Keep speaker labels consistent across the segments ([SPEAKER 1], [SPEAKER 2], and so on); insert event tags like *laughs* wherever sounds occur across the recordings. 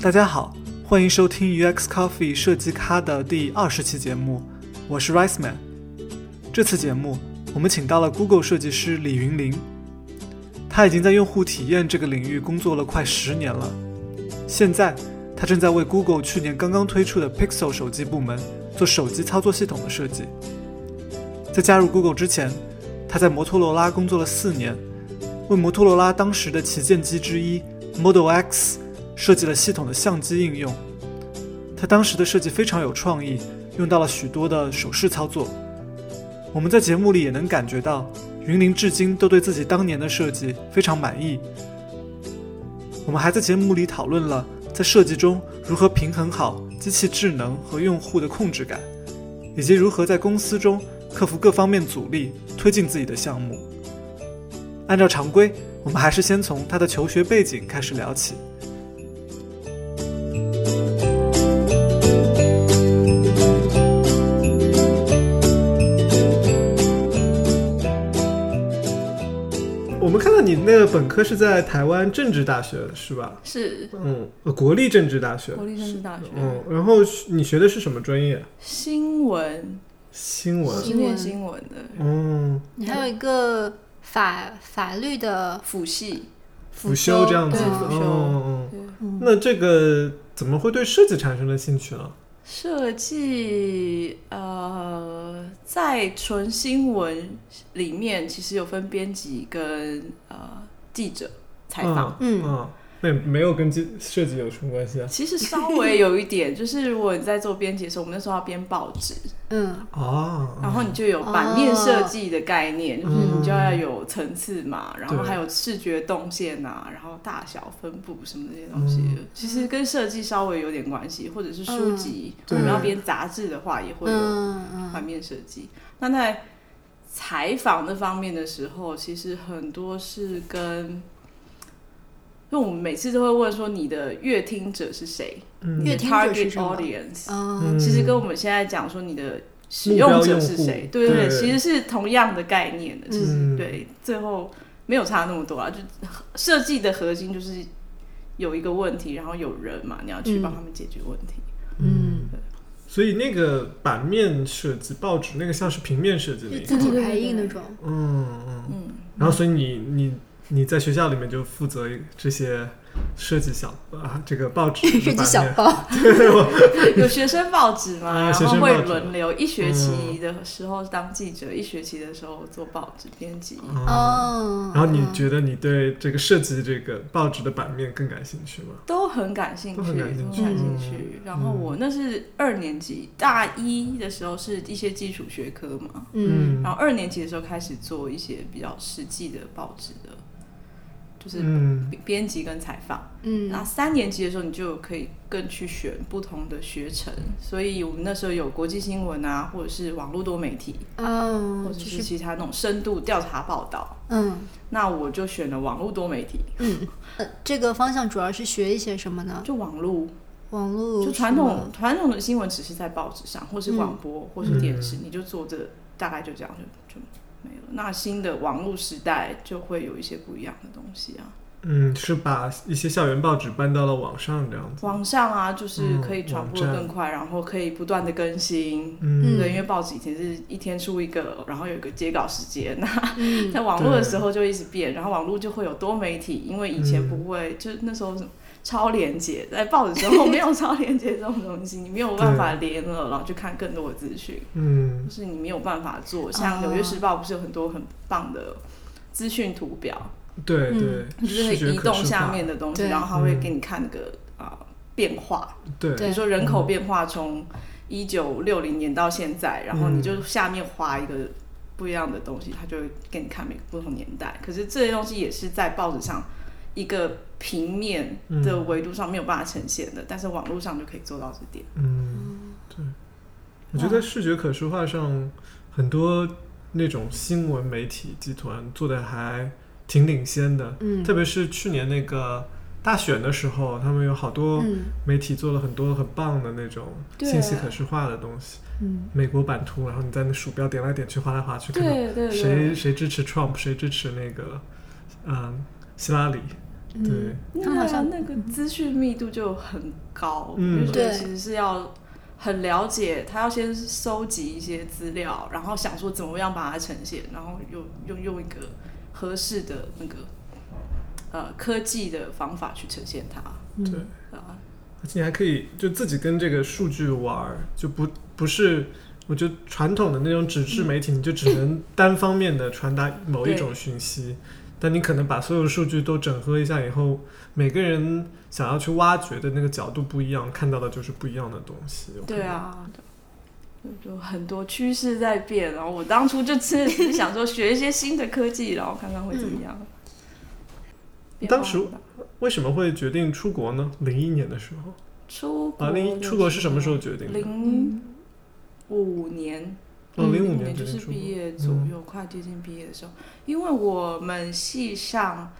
[SPEAKER 1] 大家好，欢迎收听 UX Coffee 设计咖的第二十期节目，我是 Rice Man。这次节目我们请到了 Google 设计师李云林，他已经在用户体验这个领域工作了快十年了。现在，他正在为 Google 去年刚刚推出的 Pixel 手机部门做手机操作系统的设计。在加入 Google 之前，他在摩托罗拉工作了四年，为摩托罗拉当时的旗舰机之一 Model X 设计了系统的相机应用。他当时的设计非常有创意，用到了许多的手势操作。我们在节目里也能感觉到，云林至今都对自己当年的设计非常满意。我们还在节目里讨论了在设计中如何平衡好机器智能和用户的控制感，以及如何在公司中克服各方面阻力，推进自己的项目。按照常规，我们还是先从他的求学背景开始聊起。我们看到你那个本科是在台湾政治大学是吧？
[SPEAKER 2] 是
[SPEAKER 1] 嗯，呃国立政治大学。
[SPEAKER 2] 国立政治大学、
[SPEAKER 1] 嗯，然后你学的是什么专业？
[SPEAKER 2] 新闻，
[SPEAKER 1] 新闻。
[SPEAKER 2] 是念新闻的
[SPEAKER 1] 嗯，
[SPEAKER 3] 你还有一个法法律的
[SPEAKER 2] 辅系，
[SPEAKER 1] 辅修这样子。
[SPEAKER 2] 对
[SPEAKER 1] 嗯
[SPEAKER 2] 辅修
[SPEAKER 1] 嗯
[SPEAKER 2] 对
[SPEAKER 1] 嗯。那这个怎么会对设计产生了兴趣呢？
[SPEAKER 2] 设计，呃，在纯新闻里面，其实有分编辑跟呃记者采访。
[SPEAKER 1] 嗯嗯，那没有跟计设计有什么关系啊？
[SPEAKER 2] 其实稍微有一点，就是如果你在做编辑的时候，我们那时候要编报纸，
[SPEAKER 3] 嗯
[SPEAKER 1] 哦，
[SPEAKER 2] 然后你就有版面设计的概念，就是你就要有层次嘛，然后
[SPEAKER 1] 嗯对
[SPEAKER 2] 还有视觉动线啊，然后大小分布什么这些东西
[SPEAKER 1] 嗯
[SPEAKER 2] 的，其实跟设计稍微有点关系，或者是书籍，
[SPEAKER 1] 嗯
[SPEAKER 2] 我们
[SPEAKER 1] 对
[SPEAKER 2] 要编杂志的话也会有
[SPEAKER 3] 嗯
[SPEAKER 2] 版面设计。那在采访那方面的时候，其实很多是跟。因为我们每次都会问说你的阅听者是谁，
[SPEAKER 3] 嗯，
[SPEAKER 2] 你
[SPEAKER 3] 乐
[SPEAKER 2] 的
[SPEAKER 3] 听者
[SPEAKER 2] target
[SPEAKER 3] 是什么？
[SPEAKER 2] audience，
[SPEAKER 3] 嗯，
[SPEAKER 2] 其实跟我们现在讲说你的使用者是谁，
[SPEAKER 1] 目标用户
[SPEAKER 2] 对对，
[SPEAKER 1] 对
[SPEAKER 2] 对其实是同样的概念的。其实、
[SPEAKER 1] 嗯
[SPEAKER 2] 对，最后没有差那么多啊，就设计的核心就是有一个问题，然后有人嘛，你要去
[SPEAKER 3] 嗯
[SPEAKER 2] 帮他们解决问题。
[SPEAKER 3] 嗯，
[SPEAKER 1] 所以那个版面设计、报纸那个像是平面设计的一
[SPEAKER 3] 就
[SPEAKER 1] 个
[SPEAKER 3] 字体排印那
[SPEAKER 1] *laughs*
[SPEAKER 3] 种。
[SPEAKER 1] 嗯嗯。
[SPEAKER 2] 嗯，
[SPEAKER 1] 然后，所以你你你在学校里面就负责这些设计小啊，这个报纸的
[SPEAKER 3] 设计
[SPEAKER 1] 版
[SPEAKER 3] 小
[SPEAKER 1] 面
[SPEAKER 3] 报，
[SPEAKER 2] 嗯有学生报纸嘛，
[SPEAKER 1] 啊
[SPEAKER 2] 然
[SPEAKER 1] 学
[SPEAKER 2] 后
[SPEAKER 1] 生报
[SPEAKER 2] 会
[SPEAKER 1] 纸嗯
[SPEAKER 2] 轮流，一学期的时候当记者，一学期的时候做报纸编辑。
[SPEAKER 1] 嗯
[SPEAKER 3] 哦，
[SPEAKER 1] 然后你觉得你对这个设计这个报纸的版面更感兴趣吗？
[SPEAKER 2] 都很感兴
[SPEAKER 1] 都
[SPEAKER 2] 趣，
[SPEAKER 1] 很感兴
[SPEAKER 2] 都
[SPEAKER 1] 趣嗯
[SPEAKER 2] 很感兴趣。然后我那是二年级，大一的时候是一些基础学科嘛，
[SPEAKER 3] 嗯
[SPEAKER 2] 然后二年级的时候开始做一些比较实际的报纸的，就是
[SPEAKER 1] 嗯
[SPEAKER 2] 编编辑跟采访。然
[SPEAKER 3] 嗯
[SPEAKER 2] 后三年级的时候，你就可以更去选不同的学程，所以我们那时候有国际新闻啊，或者是网络多媒体，或
[SPEAKER 3] 哦，
[SPEAKER 2] 者
[SPEAKER 3] 就是是
[SPEAKER 2] 其他那种深度调查报道。
[SPEAKER 3] 嗯
[SPEAKER 2] 那我就选了网络多媒体，
[SPEAKER 3] 嗯，呃，这个方向主要是学一些什么呢？
[SPEAKER 2] 就网络，
[SPEAKER 3] 网络
[SPEAKER 2] 就
[SPEAKER 1] 嗯
[SPEAKER 2] 传
[SPEAKER 3] 什
[SPEAKER 2] 统
[SPEAKER 3] 么
[SPEAKER 2] 传统的新闻只是在报纸上，或是广播，或
[SPEAKER 1] 嗯
[SPEAKER 2] 是电视，你就做这大概就这样就就没有了。那新的网络时代就会有一些不一样的东西啊。
[SPEAKER 1] 嗯，是把一些校园报纸搬到了网上这样子。
[SPEAKER 2] 网上啊，就是可以
[SPEAKER 1] 嗯
[SPEAKER 2] 传
[SPEAKER 1] 网
[SPEAKER 2] 播得
[SPEAKER 1] 站
[SPEAKER 2] 更快，然后可以不断的更新。
[SPEAKER 1] 嗯
[SPEAKER 2] 对，因为报纸以前是一天出一个，然后有一个截稿时间。 *laughs* 那
[SPEAKER 3] 嗯
[SPEAKER 2] 在网络的
[SPEAKER 1] 对嗯
[SPEAKER 2] 时候就一直变，然后网络就会有多媒体，因为以前不会，就那时候什么超连接，在报纸之后没有超连接这种东西，你没有
[SPEAKER 1] *laughs*
[SPEAKER 2] 办法连了，然后去看更多的资讯，
[SPEAKER 1] 嗯啊
[SPEAKER 2] 就是你没有办法做。像《
[SPEAKER 3] 哦
[SPEAKER 2] 纽约时报》不是有很多很棒的资讯图表，
[SPEAKER 1] 对
[SPEAKER 3] 嗯
[SPEAKER 1] 对，
[SPEAKER 2] 你就是可
[SPEAKER 1] 视觉
[SPEAKER 2] 以移
[SPEAKER 1] 可
[SPEAKER 2] 动
[SPEAKER 1] 视
[SPEAKER 2] 下
[SPEAKER 1] 化
[SPEAKER 2] 面的东西，
[SPEAKER 3] 对
[SPEAKER 2] 然后它会
[SPEAKER 1] 嗯
[SPEAKER 2] 给你看那个啊、变化。
[SPEAKER 1] 对
[SPEAKER 2] 比
[SPEAKER 3] 对
[SPEAKER 2] 如说人口变化从一九六零年到现在，然后你就下面划一个不一样的东西，它就会给你看每个不同年代。可是这些东西也是在报纸上一个平面的维度上没有办法呈现的，但是网络上就可以做到这点。
[SPEAKER 1] 嗯，对，我觉得在视觉可视化上，很多那种新闻媒体集团做的还挺领先的，
[SPEAKER 3] 嗯
[SPEAKER 1] 特别是去年那个大选的时候，他们有好多
[SPEAKER 3] 嗯
[SPEAKER 1] 媒体做了很多很棒的那种
[SPEAKER 2] 对
[SPEAKER 1] 信息可视化的东西，
[SPEAKER 3] 嗯
[SPEAKER 1] 美国版图，然后你在那鼠标点来点去，划来划去，看到
[SPEAKER 2] 对
[SPEAKER 1] 谁谁支持 Trump，谁支持那个嗯、希拉里，对，
[SPEAKER 2] 那
[SPEAKER 3] 他们好像
[SPEAKER 2] 那个资讯密度就很高，
[SPEAKER 1] 嗯
[SPEAKER 2] 就是
[SPEAKER 3] 对
[SPEAKER 2] 其实是要很了解，他要先收集一些资料，然后想说怎么样把它呈现，然后用用用一个合适的那个呃科技的方法去呈现它。
[SPEAKER 1] 对
[SPEAKER 2] 啊，
[SPEAKER 1] 而且你还可以就自己跟这个数据玩儿，就不不是。我觉得传统的那种纸
[SPEAKER 2] 嗯
[SPEAKER 1] 质媒体，你就只能单方面的传达某一种讯息，但你可能把所有数据都整合一下以后，每个人想要去挖掘的那个角度不一样，看到的就是不一样的东西。我
[SPEAKER 2] 对
[SPEAKER 1] 可能，
[SPEAKER 2] 啊。有很多趋势在变，然后我当初就只是 *laughs* 想说学一些新的科技，然后看看会怎么样。变化
[SPEAKER 1] 当时
[SPEAKER 2] 很大
[SPEAKER 1] 为什么会决定出国呢？零一年的时候，
[SPEAKER 2] 出国
[SPEAKER 1] 啊，零一
[SPEAKER 2] 的
[SPEAKER 1] 出国是什么时候决定的？
[SPEAKER 2] 哦
[SPEAKER 3] 嗯
[SPEAKER 2] 零五年，
[SPEAKER 1] 哦，零五
[SPEAKER 2] 年
[SPEAKER 1] 年
[SPEAKER 2] 就
[SPEAKER 1] 决定
[SPEAKER 2] 是
[SPEAKER 1] 出嗯
[SPEAKER 2] 毕
[SPEAKER 1] 国。
[SPEAKER 2] 业左右，快接近毕业的时候，因为我们系上。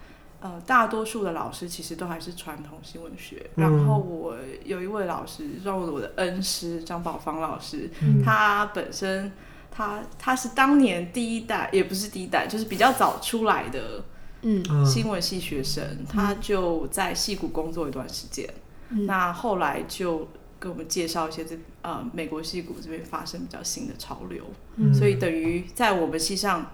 [SPEAKER 2] 呃，大多数的老师其实都还是传统新闻学。
[SPEAKER 1] 嗯
[SPEAKER 2] 然后我有一位老师，让我的恩师张宝芳老师，
[SPEAKER 1] 嗯
[SPEAKER 2] 他本身他他是当年第一代，也不是第一代，就是比较早出来的
[SPEAKER 3] 嗯
[SPEAKER 1] 嗯，
[SPEAKER 2] 新闻系学生，他就在戏谷工作一段时间，
[SPEAKER 3] 嗯
[SPEAKER 2] 那后来就给我们介绍一些这呃美国戏谷这边发生比较新的潮流，
[SPEAKER 1] 嗯
[SPEAKER 2] 所以等于在我们系上，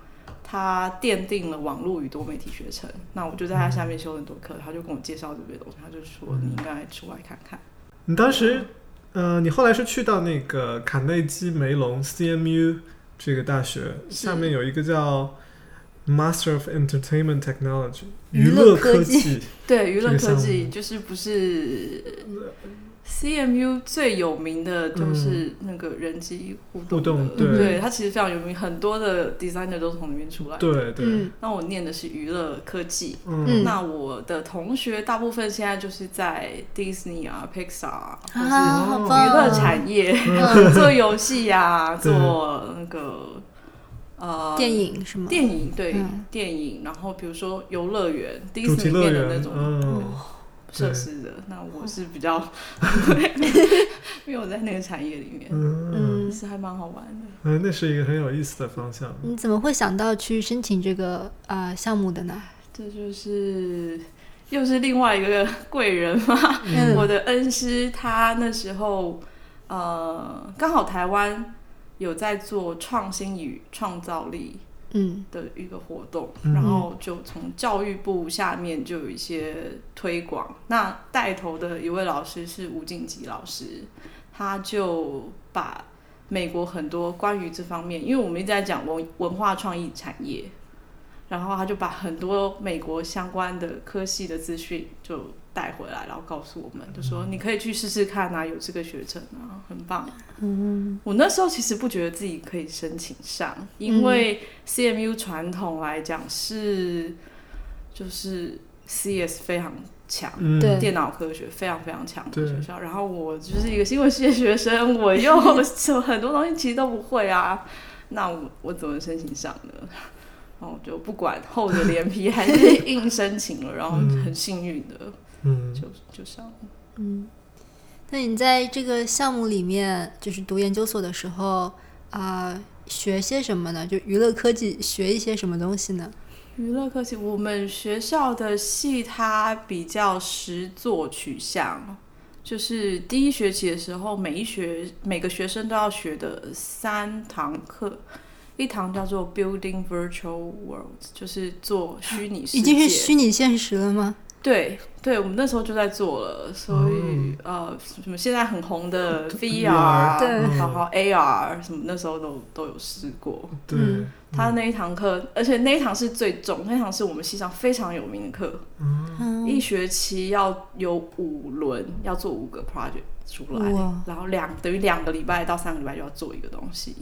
[SPEAKER 2] 他奠定了网络与多媒体学程。那我就在他下面修很多课，他就跟我介绍这边东西，他就说你应该出来看看。
[SPEAKER 1] 你当时，呃，你后来是去到那个卡内基梅隆 CMU 这个大学，
[SPEAKER 2] 是
[SPEAKER 1] 下面有一个叫 Master of Entertainment Technology
[SPEAKER 3] 娱乐
[SPEAKER 1] 乐
[SPEAKER 3] 科技
[SPEAKER 1] 技，
[SPEAKER 2] 对，娱乐
[SPEAKER 1] 这个
[SPEAKER 2] 科
[SPEAKER 1] 项
[SPEAKER 2] 技
[SPEAKER 1] 目
[SPEAKER 2] 就是不是呃 CMU 最有名的就是那个人机互动的，
[SPEAKER 1] 互动对
[SPEAKER 2] 对它其实非常有名，很多的 designer 都是从里面出来的。
[SPEAKER 1] 对对，
[SPEAKER 3] 嗯
[SPEAKER 2] 那我念的是娱乐科技，
[SPEAKER 1] 嗯
[SPEAKER 2] 那我的同学大部分现在就是在 Disney 啊、Pixar 啊，或是
[SPEAKER 3] 啊，好
[SPEAKER 1] 娱
[SPEAKER 3] 棒！
[SPEAKER 2] 娱乐产业、
[SPEAKER 3] 嗯
[SPEAKER 2] 做游戏啊，
[SPEAKER 1] 对
[SPEAKER 2] 做那个呃
[SPEAKER 3] 电影是吗？
[SPEAKER 2] 电影对、
[SPEAKER 3] 嗯
[SPEAKER 2] 电影，然后比如说游乐园
[SPEAKER 1] 主题
[SPEAKER 2] Disney 里
[SPEAKER 1] 乐
[SPEAKER 2] 面的
[SPEAKER 1] 园
[SPEAKER 2] 那，种
[SPEAKER 1] 嗯，
[SPEAKER 2] 设施的，那我是比较，因为我在那个产业里面，
[SPEAKER 1] 嗯，
[SPEAKER 3] 嗯，
[SPEAKER 2] 是还蛮好玩的。
[SPEAKER 1] 哎那是一个很有意思的方向。
[SPEAKER 3] 你怎么会想到去申请这个呃项目的呢？
[SPEAKER 2] 这就是又是另外一个贵人嘛，
[SPEAKER 3] 嗯
[SPEAKER 2] 我的恩师他那时候呃刚好台湾有在做创新与创造力
[SPEAKER 3] 嗯
[SPEAKER 2] 的一个活动，
[SPEAKER 1] 嗯
[SPEAKER 2] 然后就从教育部下面就有一些推广。那带头的一位老师是吴敬吉老师，他就把美国很多关于这方面，因为我们一直在讲文文化创意产业，然后他就把很多美国相关的科系的资讯就带回来，然后告诉我们，就说你可以去试试看啊，有这个学程啊，很棒。
[SPEAKER 3] 嗯
[SPEAKER 2] 我那时候其实不觉得自己可以申请上，
[SPEAKER 1] 嗯
[SPEAKER 2] 因为 CMU 传统来讲是就是 CS 非常强，
[SPEAKER 1] 嗯，
[SPEAKER 3] 对
[SPEAKER 2] 电脑科学非常非常强的
[SPEAKER 1] 对
[SPEAKER 2] 学校。然后我就是一个新闻系的学生，我又很多东西其实都不会啊，那我我怎么申请上呢？然后我就不管厚着脸皮还是硬申请了，然后
[SPEAKER 1] 嗯
[SPEAKER 2] 很幸运的
[SPEAKER 1] 嗯
[SPEAKER 2] 就就上了。
[SPEAKER 3] 嗯。那你在这个项目里面，就是读研究所的时候啊、学些什么呢？就娱乐科技学一些什么东西呢？
[SPEAKER 2] 娱乐科技，我们学校的系它比较实作取向，就是第一学期的时候，每一学每个学生都要学的三堂课，一堂叫做 Building Virtual World，就是做虚拟世界，
[SPEAKER 3] 已经是虚拟现实了吗？
[SPEAKER 2] 对对，我们那时候就在做了，所以、呃，什么现在很红的 VR，
[SPEAKER 3] 对
[SPEAKER 2] 然后 AR 什么，那时候都都有试过。
[SPEAKER 1] 对，
[SPEAKER 3] 嗯
[SPEAKER 2] 他那一堂课，而且那一堂是最重，那一堂是我们系上非常有名的课，一
[SPEAKER 3] 嗯，
[SPEAKER 2] 学期要有五轮，要做五个 project 出来
[SPEAKER 3] 哇，
[SPEAKER 2] 然后两等于两个礼拜到三个礼拜就要做一个东西，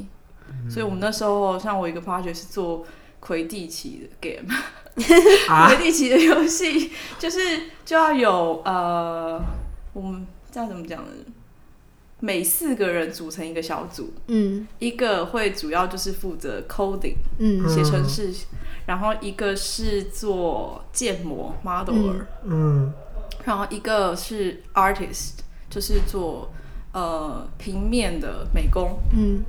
[SPEAKER 3] 嗯
[SPEAKER 2] 所以我们那时候像我一个 project 是做魁地奇的 game，
[SPEAKER 1] 啊
[SPEAKER 2] *laughs* 魁地奇的游戏就是就要有呃，我们这样怎么讲呢？每四个人组成一个小组，
[SPEAKER 3] 嗯
[SPEAKER 2] 一个会主要就是负责 coding。
[SPEAKER 3] 嗯
[SPEAKER 2] 写程式，然后一个是做建模 modeler，、
[SPEAKER 1] 嗯
[SPEAKER 2] 然后一个是 artist，就是做呃平面的美工。
[SPEAKER 3] 嗯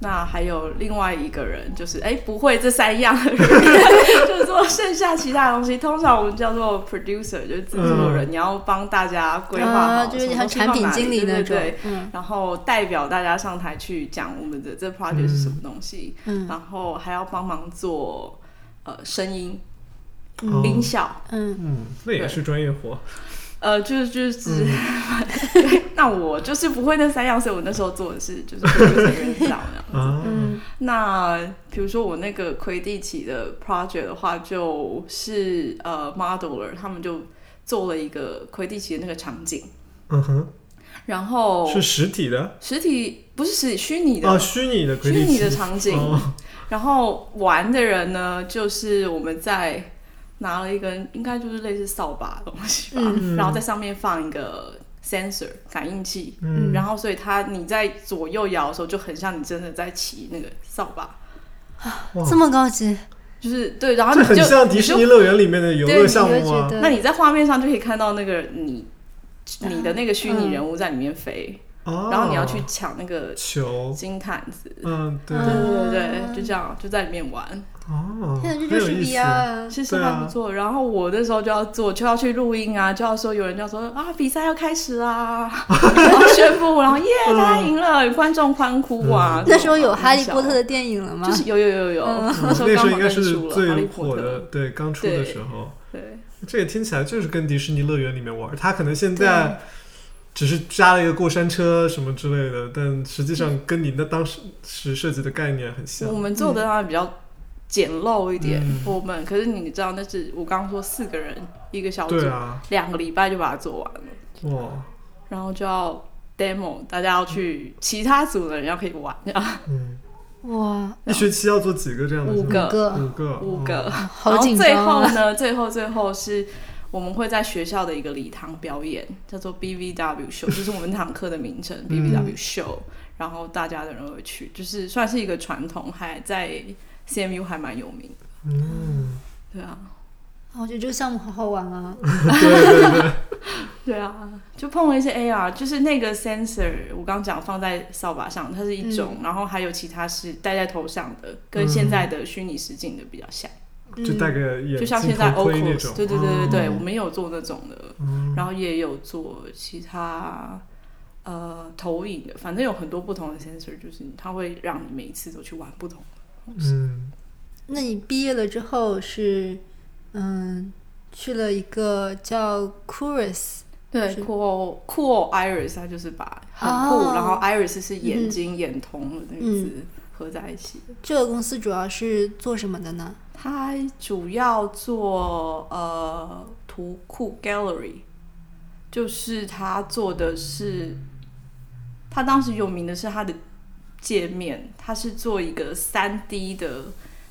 [SPEAKER 2] 那还有另外一个人，就是哎不会这三样的人， *laughs* 就是说剩下其他东西，通常我们叫做 producer，就是制作人，你要帮大家规划好、
[SPEAKER 3] 嗯啊，就是
[SPEAKER 2] 什么
[SPEAKER 3] 像
[SPEAKER 2] 东西
[SPEAKER 3] 产
[SPEAKER 2] 放
[SPEAKER 3] 品
[SPEAKER 2] 哪
[SPEAKER 3] 经
[SPEAKER 2] 里
[SPEAKER 3] 理那
[SPEAKER 2] 对
[SPEAKER 3] 种
[SPEAKER 2] 对对，
[SPEAKER 3] 嗯
[SPEAKER 2] 然后代表大家上台去讲我们的这 project 是什么东西，
[SPEAKER 3] 嗯
[SPEAKER 2] 然后还要帮忙做呃声音、
[SPEAKER 1] 哦
[SPEAKER 2] 音效，
[SPEAKER 3] 嗯，
[SPEAKER 1] 嗯，那也是专业活。
[SPEAKER 2] 呃，就是就是， *laughs* 对那我就是不会那三样，所以我那时候做的是就是 producer 跟音效那样。
[SPEAKER 1] 啊，
[SPEAKER 3] 嗯
[SPEAKER 2] 那比如说我那个魁地奇的 project 的话，就是呃 modeler 他们就做了一个魁地奇的那个场景，
[SPEAKER 1] 嗯哼，
[SPEAKER 2] 然后
[SPEAKER 1] 是实体的
[SPEAKER 2] 实体不是实体虚拟的、
[SPEAKER 1] 啊，虚拟的魁
[SPEAKER 2] 虚
[SPEAKER 1] 地奇，
[SPEAKER 2] 拟的场景，
[SPEAKER 1] 哦
[SPEAKER 2] 然后玩的人呢，就是我们在拿了一根应该就是类似扫把的东西吧，
[SPEAKER 1] 嗯
[SPEAKER 2] *laughs* 然后在上面放一个 sensor 感应器，
[SPEAKER 1] 嗯
[SPEAKER 2] 然后所以它你在左右摇的时候，就很像你真的在骑那个扫把。
[SPEAKER 1] 哇
[SPEAKER 3] 这么高级，
[SPEAKER 2] 就是对，然后
[SPEAKER 1] 这
[SPEAKER 2] 啊你
[SPEAKER 1] 很
[SPEAKER 2] 就
[SPEAKER 1] 像迪士尼乐园里面的游乐
[SPEAKER 2] 对
[SPEAKER 1] 项
[SPEAKER 3] 你
[SPEAKER 1] 目
[SPEAKER 3] 就觉
[SPEAKER 1] 啊。
[SPEAKER 3] 得
[SPEAKER 2] 那你在画面上就可以看到那个你你的那个虚拟人物在里面飞，
[SPEAKER 1] 哦，
[SPEAKER 2] 然后你要去抢那个
[SPEAKER 1] 球，
[SPEAKER 2] 金毯子。
[SPEAKER 1] 嗯，对，
[SPEAKER 2] 对
[SPEAKER 3] 嗯
[SPEAKER 2] 对对，就这样就在里面玩，
[SPEAKER 1] 哦，
[SPEAKER 3] 天哪，
[SPEAKER 1] 很
[SPEAKER 3] 嗯这就
[SPEAKER 1] 有
[SPEAKER 3] 是
[SPEAKER 1] 意思
[SPEAKER 3] VR 啊，
[SPEAKER 2] 其实
[SPEAKER 1] 对啊
[SPEAKER 2] 还不错。然后我那时候就要做，就要去录音啊，就要说有人就要说啊比赛要开始啦，然后宣布，
[SPEAKER 1] *laughs*
[SPEAKER 2] 然后耶
[SPEAKER 1] 嗯
[SPEAKER 2] 大家赢了，观众欢呼啊。
[SPEAKER 3] 那时候有
[SPEAKER 2] 这种
[SPEAKER 3] 哈利波特
[SPEAKER 2] 音
[SPEAKER 3] 的电影了
[SPEAKER 2] 效，
[SPEAKER 3] 吗
[SPEAKER 2] 就？是有有有有，
[SPEAKER 3] 嗯
[SPEAKER 1] 嗯那
[SPEAKER 2] *laughs* 那时候
[SPEAKER 1] 时候
[SPEAKER 2] 刚好
[SPEAKER 1] 应该
[SPEAKER 2] 认
[SPEAKER 1] 是
[SPEAKER 2] 输了哈利
[SPEAKER 1] 最
[SPEAKER 2] 波
[SPEAKER 1] 火
[SPEAKER 2] 特，
[SPEAKER 1] 的，对，刚出的
[SPEAKER 2] 对
[SPEAKER 1] 时候，
[SPEAKER 2] 对。
[SPEAKER 1] 这也听起来就是跟迪士尼乐园里面玩儿，它可能现在只是加了一个过山车什么之类的，但实际上跟您的当时时设计的概念很像
[SPEAKER 2] 我。们做的当然比较简陋一点，
[SPEAKER 1] 嗯
[SPEAKER 2] 我们可是你知道，那是我刚刚说四个人一个小组，
[SPEAKER 1] 对啊，
[SPEAKER 2] 两个礼拜就把它做完了，
[SPEAKER 1] 哇，
[SPEAKER 2] 然后就要 demo，大家要去其他组的人要可以玩，
[SPEAKER 1] 嗯，
[SPEAKER 3] 哇，
[SPEAKER 1] 一学期要做几个这样的项目？
[SPEAKER 2] 五个
[SPEAKER 3] 个
[SPEAKER 1] 五个，哦
[SPEAKER 2] 五个，
[SPEAKER 3] 好
[SPEAKER 2] 哦然后
[SPEAKER 3] 紧
[SPEAKER 2] 最
[SPEAKER 3] 张
[SPEAKER 2] 后
[SPEAKER 3] 啊！
[SPEAKER 2] 呢， *laughs* 最后最后是。我们会在学校的一个礼堂表演，叫做 BVW 秀，就是我们那堂课的
[SPEAKER 3] *laughs*
[SPEAKER 2] 名称
[SPEAKER 3] 嗯
[SPEAKER 2] BVW 秀。然后大家的人会去，就是算是一个传统，还在 CMU 还蛮有名的。
[SPEAKER 1] 嗯，
[SPEAKER 2] 对啊，
[SPEAKER 3] 我哦觉得这个项目好好玩啊，
[SPEAKER 2] 对啊，就碰了一些 AR，就是那个 sensor，我刚刚讲放在扫把上，它是一种，
[SPEAKER 3] 嗯
[SPEAKER 2] 然后还有其他是戴在头上的，跟现在的虚拟实境的比较像，
[SPEAKER 1] 就戴个眼
[SPEAKER 2] 嗯就
[SPEAKER 1] 镜
[SPEAKER 2] 像现在
[SPEAKER 1] 头盔那
[SPEAKER 2] Oculus，
[SPEAKER 1] 种，
[SPEAKER 2] 对对对对对，
[SPEAKER 1] 嗯
[SPEAKER 2] 我们也有做那种的，然后也有做其他呃投影的，反正有很多不同的 sensor，就是它会让你每一次都去玩不同的。
[SPEAKER 1] 嗯，
[SPEAKER 3] 那你毕业了之后是，嗯，去了一个叫 Curis，
[SPEAKER 2] 对
[SPEAKER 3] 是
[SPEAKER 2] ，cool cool iris，它就是把很酷，
[SPEAKER 3] 哦
[SPEAKER 2] 然后 iris 是眼睛、眼瞳的那个字合在一起。
[SPEAKER 3] 这个公司主要是做什么的呢？
[SPEAKER 2] 它主要做呃图库 gallery，就是它做的是，它当时有名的是它的界面，它是做一个三 D 的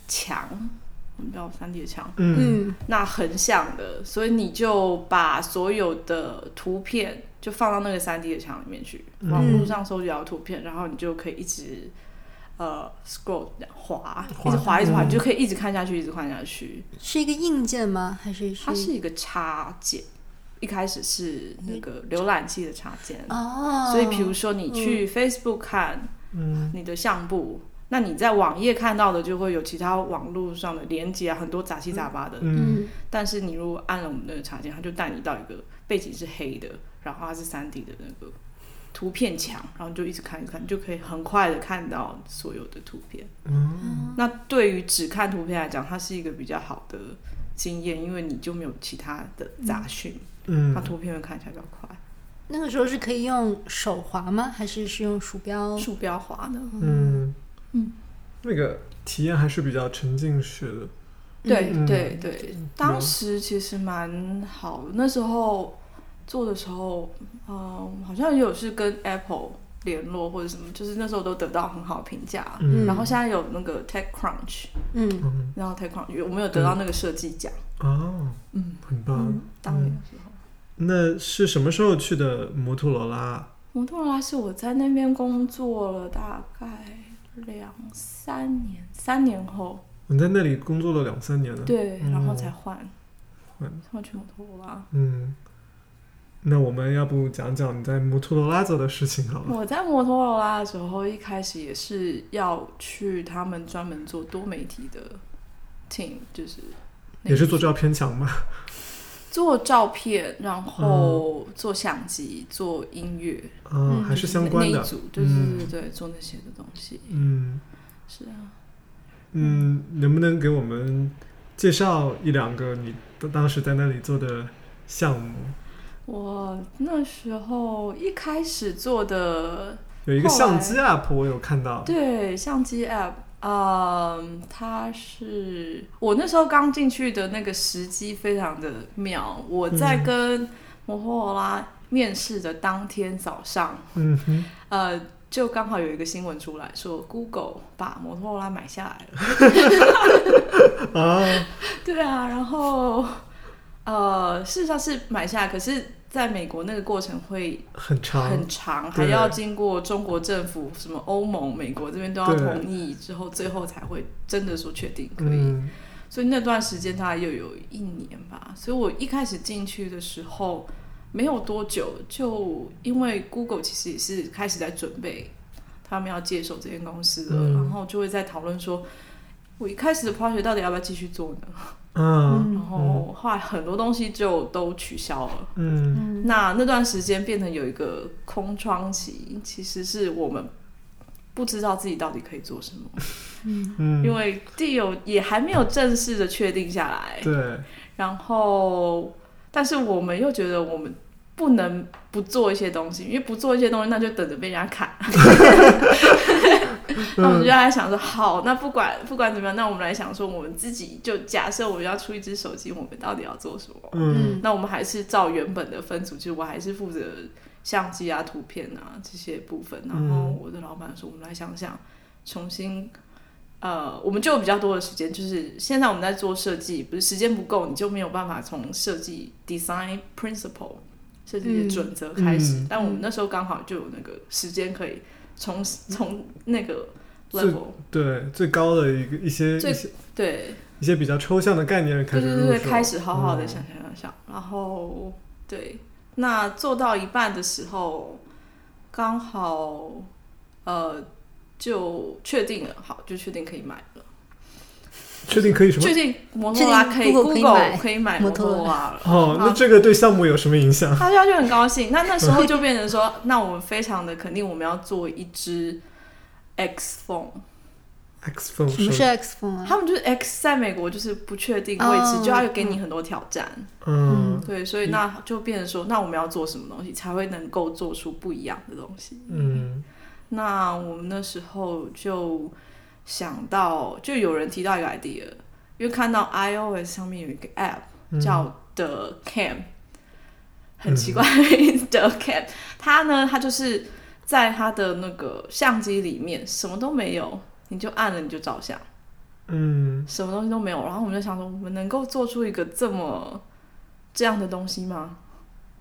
[SPEAKER 2] 墙，我们叫三 D 的墙，
[SPEAKER 1] 嗯
[SPEAKER 3] 嗯
[SPEAKER 2] 那横向的，所以你就把所有的图片就放到那个三 D 的墙里面去，
[SPEAKER 1] 嗯
[SPEAKER 2] 网络上搜集到图片，然后你就可以一直呃 scroll 这样滑，
[SPEAKER 1] 滑
[SPEAKER 2] 一直滑一直滑，
[SPEAKER 1] 嗯
[SPEAKER 2] 你就可以一直看下去，一直看下去。
[SPEAKER 3] 是一个硬件吗？还是
[SPEAKER 2] 它是一个插件，一开始是那个浏览器的插件，
[SPEAKER 3] 哦？嗯
[SPEAKER 2] 所以比如说你去 Facebook 看
[SPEAKER 1] 嗯
[SPEAKER 2] 你的相簿。那你在网页看到的就会有其他网络上的连接啊，很多杂七杂八的
[SPEAKER 1] 嗯
[SPEAKER 3] 嗯
[SPEAKER 2] 但是你如果按了我们那个插件，它就带你到一个背景是黑的，然后它是三 D 的那个图片墙，然后你就一直看一看，你就可以很快的看到所有的图片。
[SPEAKER 1] 嗯，
[SPEAKER 2] 那对于只看图片来讲，它是一个比较好的经验，因为你就没有其他的杂讯，它
[SPEAKER 1] 嗯，
[SPEAKER 2] 图片会看起来比较快，
[SPEAKER 3] 那个时候是可以用手滑吗？还是是用鼠标？
[SPEAKER 2] 鼠标滑的。
[SPEAKER 1] 嗯，那个体验还是比较沉浸式的，
[SPEAKER 2] 对
[SPEAKER 1] 嗯
[SPEAKER 2] 对对，当时其实蛮好，那时候做的时候，嗯、好像也有是跟 Apple 联络或者什么，就是那时候都得到很好的评价。
[SPEAKER 1] 嗯
[SPEAKER 2] 然后现在有那个 TechCrunch，
[SPEAKER 3] 嗯，
[SPEAKER 1] 嗯，
[SPEAKER 2] 然后 TechCrunch 我们有得到那个设计奖，
[SPEAKER 1] 哦，
[SPEAKER 2] 嗯，
[SPEAKER 1] 很棒。
[SPEAKER 2] 当年的时
[SPEAKER 1] 嗯
[SPEAKER 2] 候。
[SPEAKER 1] 那是什么时候去的摩托罗拉？
[SPEAKER 2] 摩托罗拉是我在那边工作了大概两三年，三年后，
[SPEAKER 1] 你在那里工作了两三年了。，
[SPEAKER 2] 对，然后才
[SPEAKER 1] 哦
[SPEAKER 2] 换
[SPEAKER 1] 嗯换
[SPEAKER 2] 换去摩托罗拉。
[SPEAKER 1] 嗯，那我们要不讲讲你在摩托罗拉做的事情好了？
[SPEAKER 2] 我在摩托罗拉的时候，一开始也是要去他们专门做多媒体的 team，就是那
[SPEAKER 1] 也是
[SPEAKER 2] 个
[SPEAKER 1] 做照片墙嘛。
[SPEAKER 2] 做照片，然后做相机、做音乐，
[SPEAKER 1] 嗯，
[SPEAKER 3] 嗯
[SPEAKER 1] 还
[SPEAKER 2] 就是
[SPEAKER 1] 相关
[SPEAKER 2] 那一
[SPEAKER 1] 的。
[SPEAKER 2] 组，对对对对对，做那些的东西。
[SPEAKER 1] 嗯
[SPEAKER 2] 是啊，
[SPEAKER 1] 嗯，能不能给我们介绍一两个你当当时在那里做的项目？
[SPEAKER 2] 我那时候一开始做的
[SPEAKER 1] 有一个
[SPEAKER 2] 后来
[SPEAKER 1] 相机 app 我有看到，
[SPEAKER 2] 对相机 app，嗯，它是我那时候刚进去的那个时机非常的妙。我在
[SPEAKER 1] 嗯
[SPEAKER 2] 跟摩托罗拉面试的当天早上，
[SPEAKER 1] 嗯哼，
[SPEAKER 2] 呃，就刚好有一个新闻出来说 Google 把摩托罗拉买下来了。
[SPEAKER 1] *laughs* 啊，
[SPEAKER 2] 对啊，然后呃，事实上是买下来，可是在美国那个过程会
[SPEAKER 1] 很长，
[SPEAKER 2] 很长，还
[SPEAKER 1] 对
[SPEAKER 2] 要经过中国政府、什么欧盟、美国这边都要
[SPEAKER 1] 对
[SPEAKER 2] 同意之后，最后才会真的说确定可以。
[SPEAKER 1] 嗯
[SPEAKER 2] 所以那段时间大概又有一年吧。所以我一开始进去的时候没有多久，就因为 Google 其实也是开始在准备他们要接手这间公司了，
[SPEAKER 1] 嗯
[SPEAKER 2] 然后就会在讨论说，我一开始的 project 到底要不要继续做呢？
[SPEAKER 1] 嗯
[SPEAKER 2] 然后后来很多东西就都取消了。
[SPEAKER 1] 嗯
[SPEAKER 2] 那那段时间变成有一个空窗期，其实是我们不知道自己到底可以做什么，因
[SPEAKER 1] 嗯，
[SPEAKER 2] 为 deal 也还没有正式的确定下来。
[SPEAKER 1] 对，
[SPEAKER 2] 然后，但是我们又觉得我们不能不做一些东西，因为不做一些东西，那就等着被人家砍。 *laughs* 那我们就在想说，好，那不管不管怎么样，那我们来想说，我们自己就假设我们要出一只手机，我们到底要做什么？
[SPEAKER 1] 嗯
[SPEAKER 2] 那我们还是照原本的分组，就是我还是负责相机啊、图片啊这些部分。然后
[SPEAKER 1] 嗯
[SPEAKER 2] 我的老板说，我们来想想，重新，呃，我们就有比较多的时间，就是现在我们在做设计，不是时间不够，你就没有办法从设计 design principle 设计的
[SPEAKER 3] 嗯
[SPEAKER 2] 准则开始。
[SPEAKER 1] 嗯
[SPEAKER 2] 但我们那时候刚好就有那个时间可以从从那个
[SPEAKER 1] 最
[SPEAKER 2] level
[SPEAKER 1] 对，最高的一个一些
[SPEAKER 2] 最
[SPEAKER 1] 一些
[SPEAKER 2] 对。
[SPEAKER 1] 一些比较抽象的嗯概念开
[SPEAKER 2] 对
[SPEAKER 1] 始
[SPEAKER 2] 对
[SPEAKER 1] 入
[SPEAKER 2] 对对，
[SPEAKER 1] 手
[SPEAKER 2] 开始好好的
[SPEAKER 1] 嗯
[SPEAKER 2] 想想想想，然后对，那做到一半的时候，刚好呃就确定了，好就确定可以买了，
[SPEAKER 1] 确定可以什么
[SPEAKER 2] 确？定摩托罗拉可以
[SPEAKER 3] 确定 Google 可以买
[SPEAKER 2] 可以买摩
[SPEAKER 3] 摩
[SPEAKER 2] 托
[SPEAKER 3] 托
[SPEAKER 2] 罗
[SPEAKER 3] 罗
[SPEAKER 2] 拉了。
[SPEAKER 1] 哦，那
[SPEAKER 2] 好
[SPEAKER 1] 这个对项目有什么影响？
[SPEAKER 2] 大家就很高兴，那那时候就变成说， *laughs* 那我们非常的肯定，我们要做一只 X Phone，
[SPEAKER 1] X Phone
[SPEAKER 3] 什么是
[SPEAKER 1] 手
[SPEAKER 3] X Phone 啊？
[SPEAKER 2] 他们就是 X 在美国就是不确定位置，
[SPEAKER 3] 哦
[SPEAKER 2] 就要给你很多挑战。
[SPEAKER 1] 嗯
[SPEAKER 2] 对，所以那就变成说，那我们要做什么东西才会能够做出不一样的东西？
[SPEAKER 1] 嗯
[SPEAKER 2] 那我们那时候就想到，就有人提到一个 idea，因为看到 iOS 上面有一个 app
[SPEAKER 1] 嗯
[SPEAKER 2] 叫 The Cam，、很奇怪的名字 The Cam，它呢，它就是在它的那个相机里面什么都没有，你就按了你就照相。
[SPEAKER 1] 嗯
[SPEAKER 2] 什么东西都没有。然后我们就想说，我们能够做出一个这么这样的东西吗？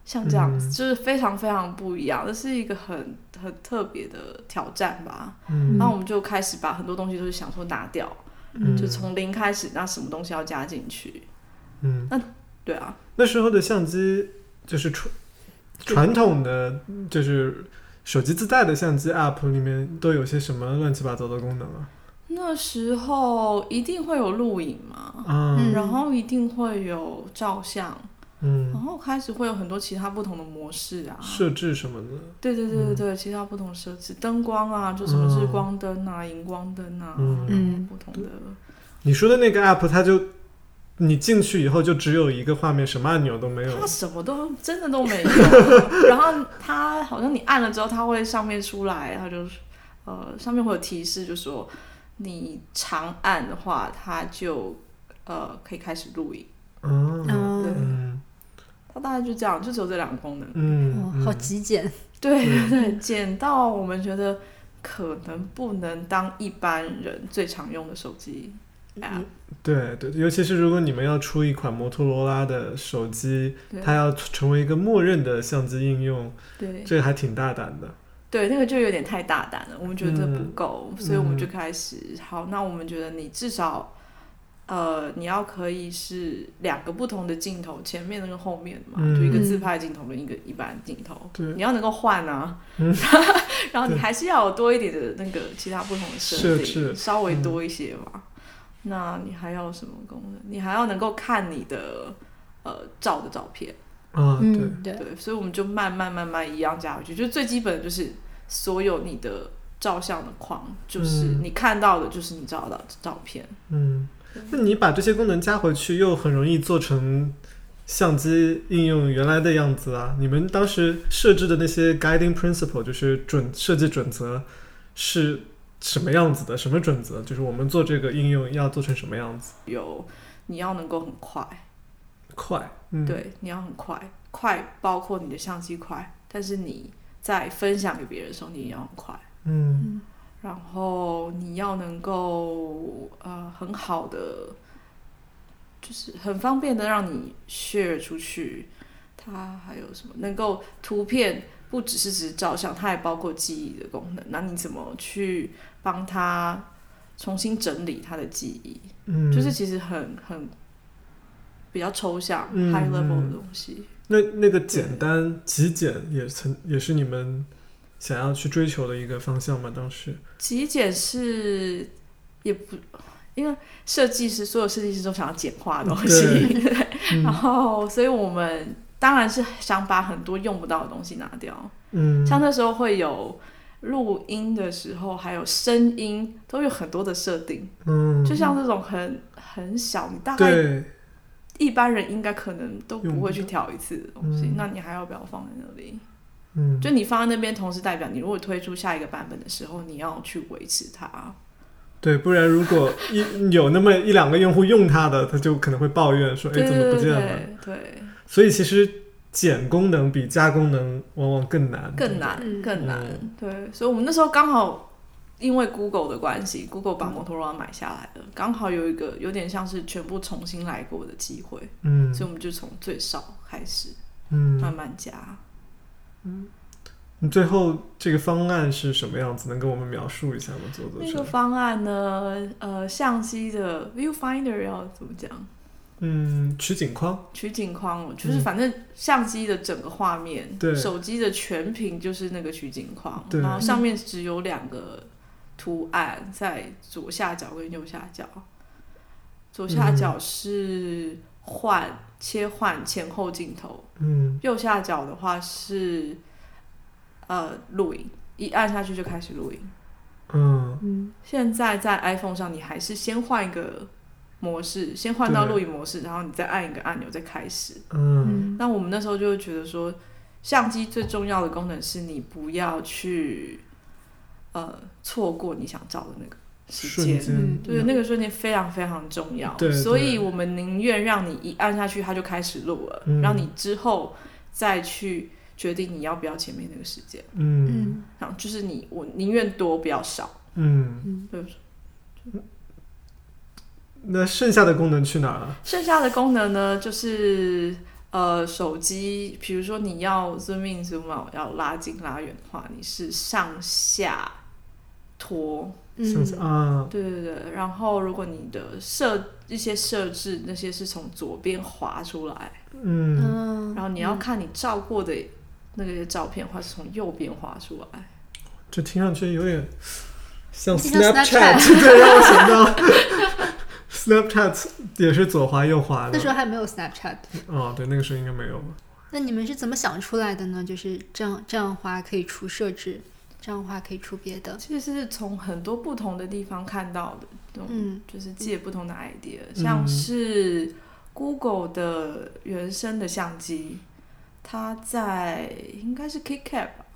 [SPEAKER 2] 像这样子，
[SPEAKER 1] 嗯
[SPEAKER 2] 就是非常非常不一样，这是一个很很特别的挑战吧。
[SPEAKER 1] 嗯
[SPEAKER 2] 然后我们就开始把很多东西都是想说拿掉，
[SPEAKER 1] 嗯，
[SPEAKER 2] 就从零开始，那什么东西要加进去？
[SPEAKER 1] 嗯
[SPEAKER 2] 对啊，
[SPEAKER 1] 那时候的相机就是传传统的就是手机自带的相机 app 里面都有些什么乱七八糟的功能啊？
[SPEAKER 2] 那时候一定会有录影嘛，
[SPEAKER 1] 啊
[SPEAKER 3] 嗯
[SPEAKER 2] 然后一定会有照相，
[SPEAKER 1] 嗯，
[SPEAKER 2] 然后开始会有很多其他不同的模式啊，
[SPEAKER 1] 设置什么的，
[SPEAKER 2] 对对对对
[SPEAKER 1] 嗯
[SPEAKER 2] 对，其他不同设置，灯光啊，就什么日光灯啊、荧光灯啊，
[SPEAKER 1] 嗯
[SPEAKER 2] 然后不同的，
[SPEAKER 1] 你说的那个 app 它就。你进去以后就只有一个画面，什么按钮都没有
[SPEAKER 2] 它。什么都真的都没有。 *laughs* 然后它好像你按了之后，它会上面出来，它就是呃上面会有提示，就说你长按的话，它就呃可以开始录影。
[SPEAKER 1] 嗯
[SPEAKER 3] 嗯，
[SPEAKER 1] 嗯
[SPEAKER 2] 它大概就这样，就只有这两个功能。 *laughs*
[SPEAKER 3] 哦
[SPEAKER 1] 嗯，
[SPEAKER 3] 好极简。
[SPEAKER 2] 对对对，简到我们觉得可能不能当一般人最常用的手机 app。
[SPEAKER 1] 对对，尤其是如果你们要出一款摩托罗拉的手机，
[SPEAKER 2] 对
[SPEAKER 1] 它要成为一个默认的相机应用，
[SPEAKER 2] 对。
[SPEAKER 1] 这还挺大胆的。
[SPEAKER 2] 对，那个就有点太大胆了，我们觉得不够，所以我们
[SPEAKER 1] 嗯
[SPEAKER 2] 就开始、好，那我们觉得你至少呃，你要可以是两个不同的镜头，前面的跟后面的嘛，
[SPEAKER 1] 嗯
[SPEAKER 2] 就一个自拍镜头跟一个一般镜头，
[SPEAKER 1] 对嗯
[SPEAKER 2] 你要能够换啊， *laughs* 然后你还是要有多一点的那个其他不同的设
[SPEAKER 1] 设置
[SPEAKER 2] 定，
[SPEAKER 1] 嗯
[SPEAKER 2] 稍微多一些嘛。那你还要什么功能？你还要能够看你的呃照的照片，
[SPEAKER 1] 啊，对，
[SPEAKER 3] 嗯，对，
[SPEAKER 2] 对，所以我们就慢慢慢慢一样加回去，就最基本的就是所有你的照相的框，就是
[SPEAKER 1] 嗯
[SPEAKER 2] 你看到的，就是你照到的照片。
[SPEAKER 1] 嗯，那你把这些功能加回去，又很容易做成相机应用原来的样子啊。你们当时设置的那些 guiding principle，就是准设计准则是什么样子的？什么准则？就是我们做这个应用要做成什么样子？
[SPEAKER 2] 有你要能够很快，
[SPEAKER 1] 快，嗯，，
[SPEAKER 2] 对，你要很快，快包括你的相机快，但是你在分享给别人的时候，你也要很快，
[SPEAKER 1] 嗯
[SPEAKER 2] 然后你要能够呃很好的，就是很方便的让你 share 出去。它还有什么能够图片不只是只照相，它还包括记忆的功能。那你怎么去帮它重新整理它的记忆？
[SPEAKER 1] 嗯，
[SPEAKER 2] 就是其实很很比较抽象、
[SPEAKER 1] 嗯
[SPEAKER 2] high level
[SPEAKER 1] 嗯
[SPEAKER 2] 的东西。
[SPEAKER 1] 那那个简单极简也曾也是你们想要去追求的一个方向吗？当时，
[SPEAKER 2] 极简是也不，因为设计师所有设计师都想要简化东西，
[SPEAKER 1] 嗯
[SPEAKER 2] 然后所以我们当然是想把很多用不到的东西拿掉。
[SPEAKER 1] 嗯，
[SPEAKER 2] 像那时候会有录音的时候，还有声音都有很多的设定，
[SPEAKER 1] 嗯，
[SPEAKER 2] 就像这种很很小，你大概
[SPEAKER 1] 对，
[SPEAKER 2] 一般人应该可能都不会去调一次的东西
[SPEAKER 1] 嗯，
[SPEAKER 2] 那你还要不要放在那里？
[SPEAKER 1] 嗯，
[SPEAKER 2] 就你放在那边，同时代表你如果推出下一个版本的时候，你要去维持它。
[SPEAKER 1] 对，不然如果一有那么一两个用户用它的，他就可能会抱怨说：“哎，
[SPEAKER 2] 对
[SPEAKER 1] 怎么
[SPEAKER 2] 对
[SPEAKER 1] 不
[SPEAKER 2] 对
[SPEAKER 1] 见了
[SPEAKER 2] 对对，？”
[SPEAKER 1] 所以其实减功能比加功能往往更难，
[SPEAKER 2] 更难
[SPEAKER 3] 嗯
[SPEAKER 2] 更难
[SPEAKER 1] 嗯。
[SPEAKER 2] 对，所以我们那时候刚好因为 Google 的关系，Google 把
[SPEAKER 1] 嗯
[SPEAKER 2] 摩托罗拉买下来了，刚好有一个有点像是全部重新来过的机会，
[SPEAKER 1] 嗯
[SPEAKER 2] 所以我们就从最少开始慢
[SPEAKER 1] 嗯。
[SPEAKER 2] 慢加。
[SPEAKER 1] 你最后这个方案是什么样子？能跟我们描述一下吗？左左
[SPEAKER 2] 那
[SPEAKER 1] 手
[SPEAKER 2] 个方案呢，呃，相机的 viewfinder 要怎么讲？
[SPEAKER 1] 嗯，取景框，
[SPEAKER 2] 取景框，就是反正相机的整个画面，
[SPEAKER 1] 嗯对
[SPEAKER 2] 手机的全屏就是那个取景框，
[SPEAKER 1] 对
[SPEAKER 2] 然后上面只有两个图案在左下角跟右下角，左下
[SPEAKER 1] 嗯
[SPEAKER 2] 角是换、切换前后镜头，
[SPEAKER 1] 嗯
[SPEAKER 2] 右下角的话是呃录影，一按下去就开始录影。
[SPEAKER 1] 嗯
[SPEAKER 3] 嗯
[SPEAKER 2] 现在在 iPhone 上，你还是先换一个模式，先换到
[SPEAKER 1] 对
[SPEAKER 2] 录影模式，然后你再按一个按钮再开始。
[SPEAKER 1] 嗯
[SPEAKER 3] 嗯
[SPEAKER 2] 那我们那时候就会觉得说，相机最重要的功能是你不要去呃错过你想照的那个时
[SPEAKER 1] 瞬
[SPEAKER 2] 间，
[SPEAKER 1] 间，
[SPEAKER 2] 嗯
[SPEAKER 1] 嗯
[SPEAKER 2] 对，那个瞬间非常非常重要。
[SPEAKER 1] 对
[SPEAKER 2] 所
[SPEAKER 1] 对
[SPEAKER 2] 以我们宁愿让你一按下去它就开始录了，
[SPEAKER 1] 嗯
[SPEAKER 2] 让你之后再去决定你要不要前面那个时间。
[SPEAKER 1] 嗯
[SPEAKER 3] 嗯
[SPEAKER 2] 然后就是你，我宁愿多不要少。
[SPEAKER 1] 嗯
[SPEAKER 3] 嗯
[SPEAKER 2] 对，
[SPEAKER 1] 那剩下的功能去哪儿了？
[SPEAKER 2] 剩下的功能呢，就是呃，手机，比如说你要 zoom in zoom out，要拉近拉远的话，你是上下拖，
[SPEAKER 3] 嗯
[SPEAKER 1] 剩
[SPEAKER 2] 嗯
[SPEAKER 1] 下啊，
[SPEAKER 2] 对对对。然后如果你的设一些设置那些是从左边滑出来，
[SPEAKER 1] 嗯，
[SPEAKER 3] 嗯，
[SPEAKER 2] 然后你要看你照过的那个照片的话，是从右边滑出来。
[SPEAKER 1] 这听上去有点像
[SPEAKER 3] 就像
[SPEAKER 1] Snapchat，对，让我想到 *laughs* Snapchat 也是左滑右滑
[SPEAKER 3] 那时
[SPEAKER 1] 的。
[SPEAKER 3] 候还没有 Snapchat。
[SPEAKER 1] 哦，对，那个时候应该没有吧？
[SPEAKER 3] 那你们是怎么想出来的呢？就是这样，这样的话可以出设置，这样的话可以出别的。
[SPEAKER 2] 其实是从很多不同的地方看到的这种
[SPEAKER 3] 嗯
[SPEAKER 2] 就是借不同的 idea，、像
[SPEAKER 1] 嗯
[SPEAKER 2] 是 Google 的原生的相机，它在应该是 KitKat 吧，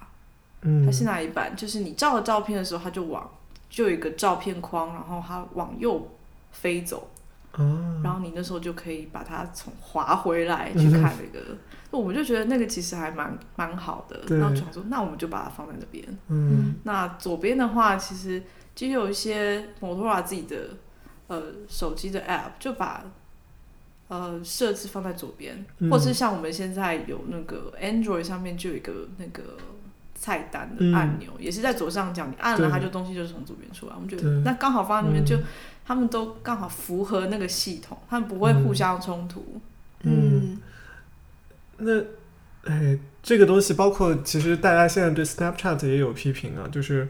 [SPEAKER 1] 嗯，
[SPEAKER 2] 还是哪一版？就是你照了照片的时候，它就往就有一个照片框，然后它往右飞走，
[SPEAKER 1] 啊，
[SPEAKER 2] 然后你那时候就可以把它从滑回来
[SPEAKER 1] 嗯
[SPEAKER 2] 去看那个。那我们就觉得那个其实还蛮蛮好的，
[SPEAKER 1] 对
[SPEAKER 2] 然后就想说，那我们就把它放在那边。
[SPEAKER 1] 嗯
[SPEAKER 2] 那左边的话，其实就有一些摩托罗拉自己的呃手机的 app，就把呃设置放在左边，
[SPEAKER 1] 嗯
[SPEAKER 2] 或是像我们现在有那个 Android 上面就有一个那个菜单的按钮，也是在左上角，你按
[SPEAKER 1] 嗯对
[SPEAKER 2] 了它就东西就是从左边出来。我们觉得
[SPEAKER 1] 对
[SPEAKER 2] 那刚好放在那边
[SPEAKER 1] 嗯
[SPEAKER 2] 就。他们都刚好符合那个系统，他们不会互相冲突。
[SPEAKER 3] 嗯
[SPEAKER 1] 那，哎，这个东西包括其实大家现在对 Snapchat 也有批评啊，就是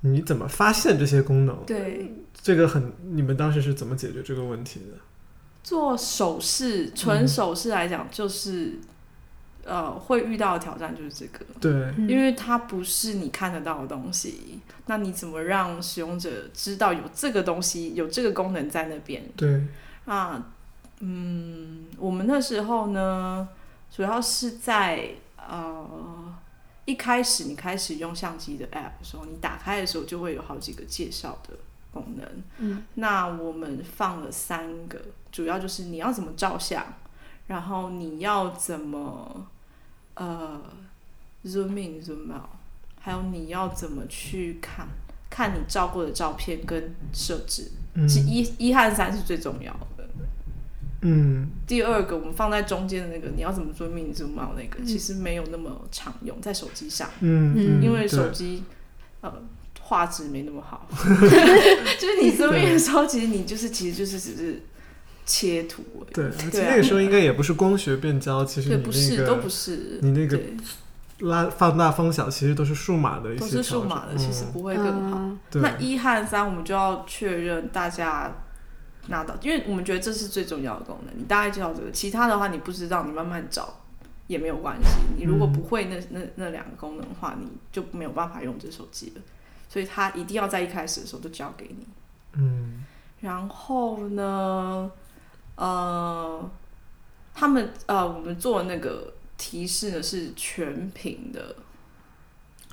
[SPEAKER 1] 你怎么发现这些功能？
[SPEAKER 2] 对，
[SPEAKER 1] 这个很，你们当时是怎么解决这个问题的？
[SPEAKER 2] 做首饰，
[SPEAKER 1] 嗯
[SPEAKER 2] 纯首饰来讲，就是、呃，会遇到的挑战就是这个，
[SPEAKER 1] 对，
[SPEAKER 3] 嗯
[SPEAKER 2] 因为它不是你看得到的东西，那你怎么让使用者知道有这个东西，有这个功能在那边？
[SPEAKER 1] 对，
[SPEAKER 2] 那嗯，我们那时候呢，主要是在呃一开始你开始用相机的 app 的时候，你打开的时候就会有好几个介绍的功能。
[SPEAKER 3] 嗯，
[SPEAKER 2] 那我们放了三个，主要就是你要怎么照相，然后你要怎么呃 zoom in zoom out，还有你要怎么去看看你照过的照片跟设置。
[SPEAKER 1] 嗯
[SPEAKER 2] 其实一一和三是最重要的。
[SPEAKER 1] 嗯
[SPEAKER 2] 第二个，我们放在中间的那个，你要怎么做 mini zoom out 那个，
[SPEAKER 3] 嗯
[SPEAKER 2] 其实没有那么常用在手机上，
[SPEAKER 1] 嗯
[SPEAKER 3] 嗯
[SPEAKER 1] 嗯，
[SPEAKER 2] 因为手
[SPEAKER 1] 对
[SPEAKER 2] 机呃画质没那么
[SPEAKER 1] *laughs*
[SPEAKER 2] 好，就是你 zoom in 的时候，其实你就是其实就是只是切图而已，
[SPEAKER 1] 对，而
[SPEAKER 2] 对
[SPEAKER 1] 且
[SPEAKER 2] 啊
[SPEAKER 1] 那个时候应该也不是光学变焦，其实
[SPEAKER 2] 对，
[SPEAKER 1] 你
[SPEAKER 2] 不是、
[SPEAKER 1] 那个
[SPEAKER 2] 都不是，
[SPEAKER 1] 你那个
[SPEAKER 2] 对
[SPEAKER 1] 拉放大放小其实都是数码的一些
[SPEAKER 2] 都是
[SPEAKER 1] 调
[SPEAKER 2] 数
[SPEAKER 1] 整
[SPEAKER 2] 码的，
[SPEAKER 1] 嗯
[SPEAKER 2] 其实不会更好。
[SPEAKER 3] 嗯
[SPEAKER 1] 对
[SPEAKER 2] 那一和三，我们就要确认大家拿到，因为我们觉得这是最重要的功能。你大概知道这个，其他的话你不知道，你慢慢找也没有关系。你如果不会那、那那两个功能的话，你就没有办法用这手机了。所以它一定要在一开始的时候就交给你。
[SPEAKER 1] 嗯
[SPEAKER 2] 然后呢，呃，他们呃，我们做的那个提示呢是全屏的，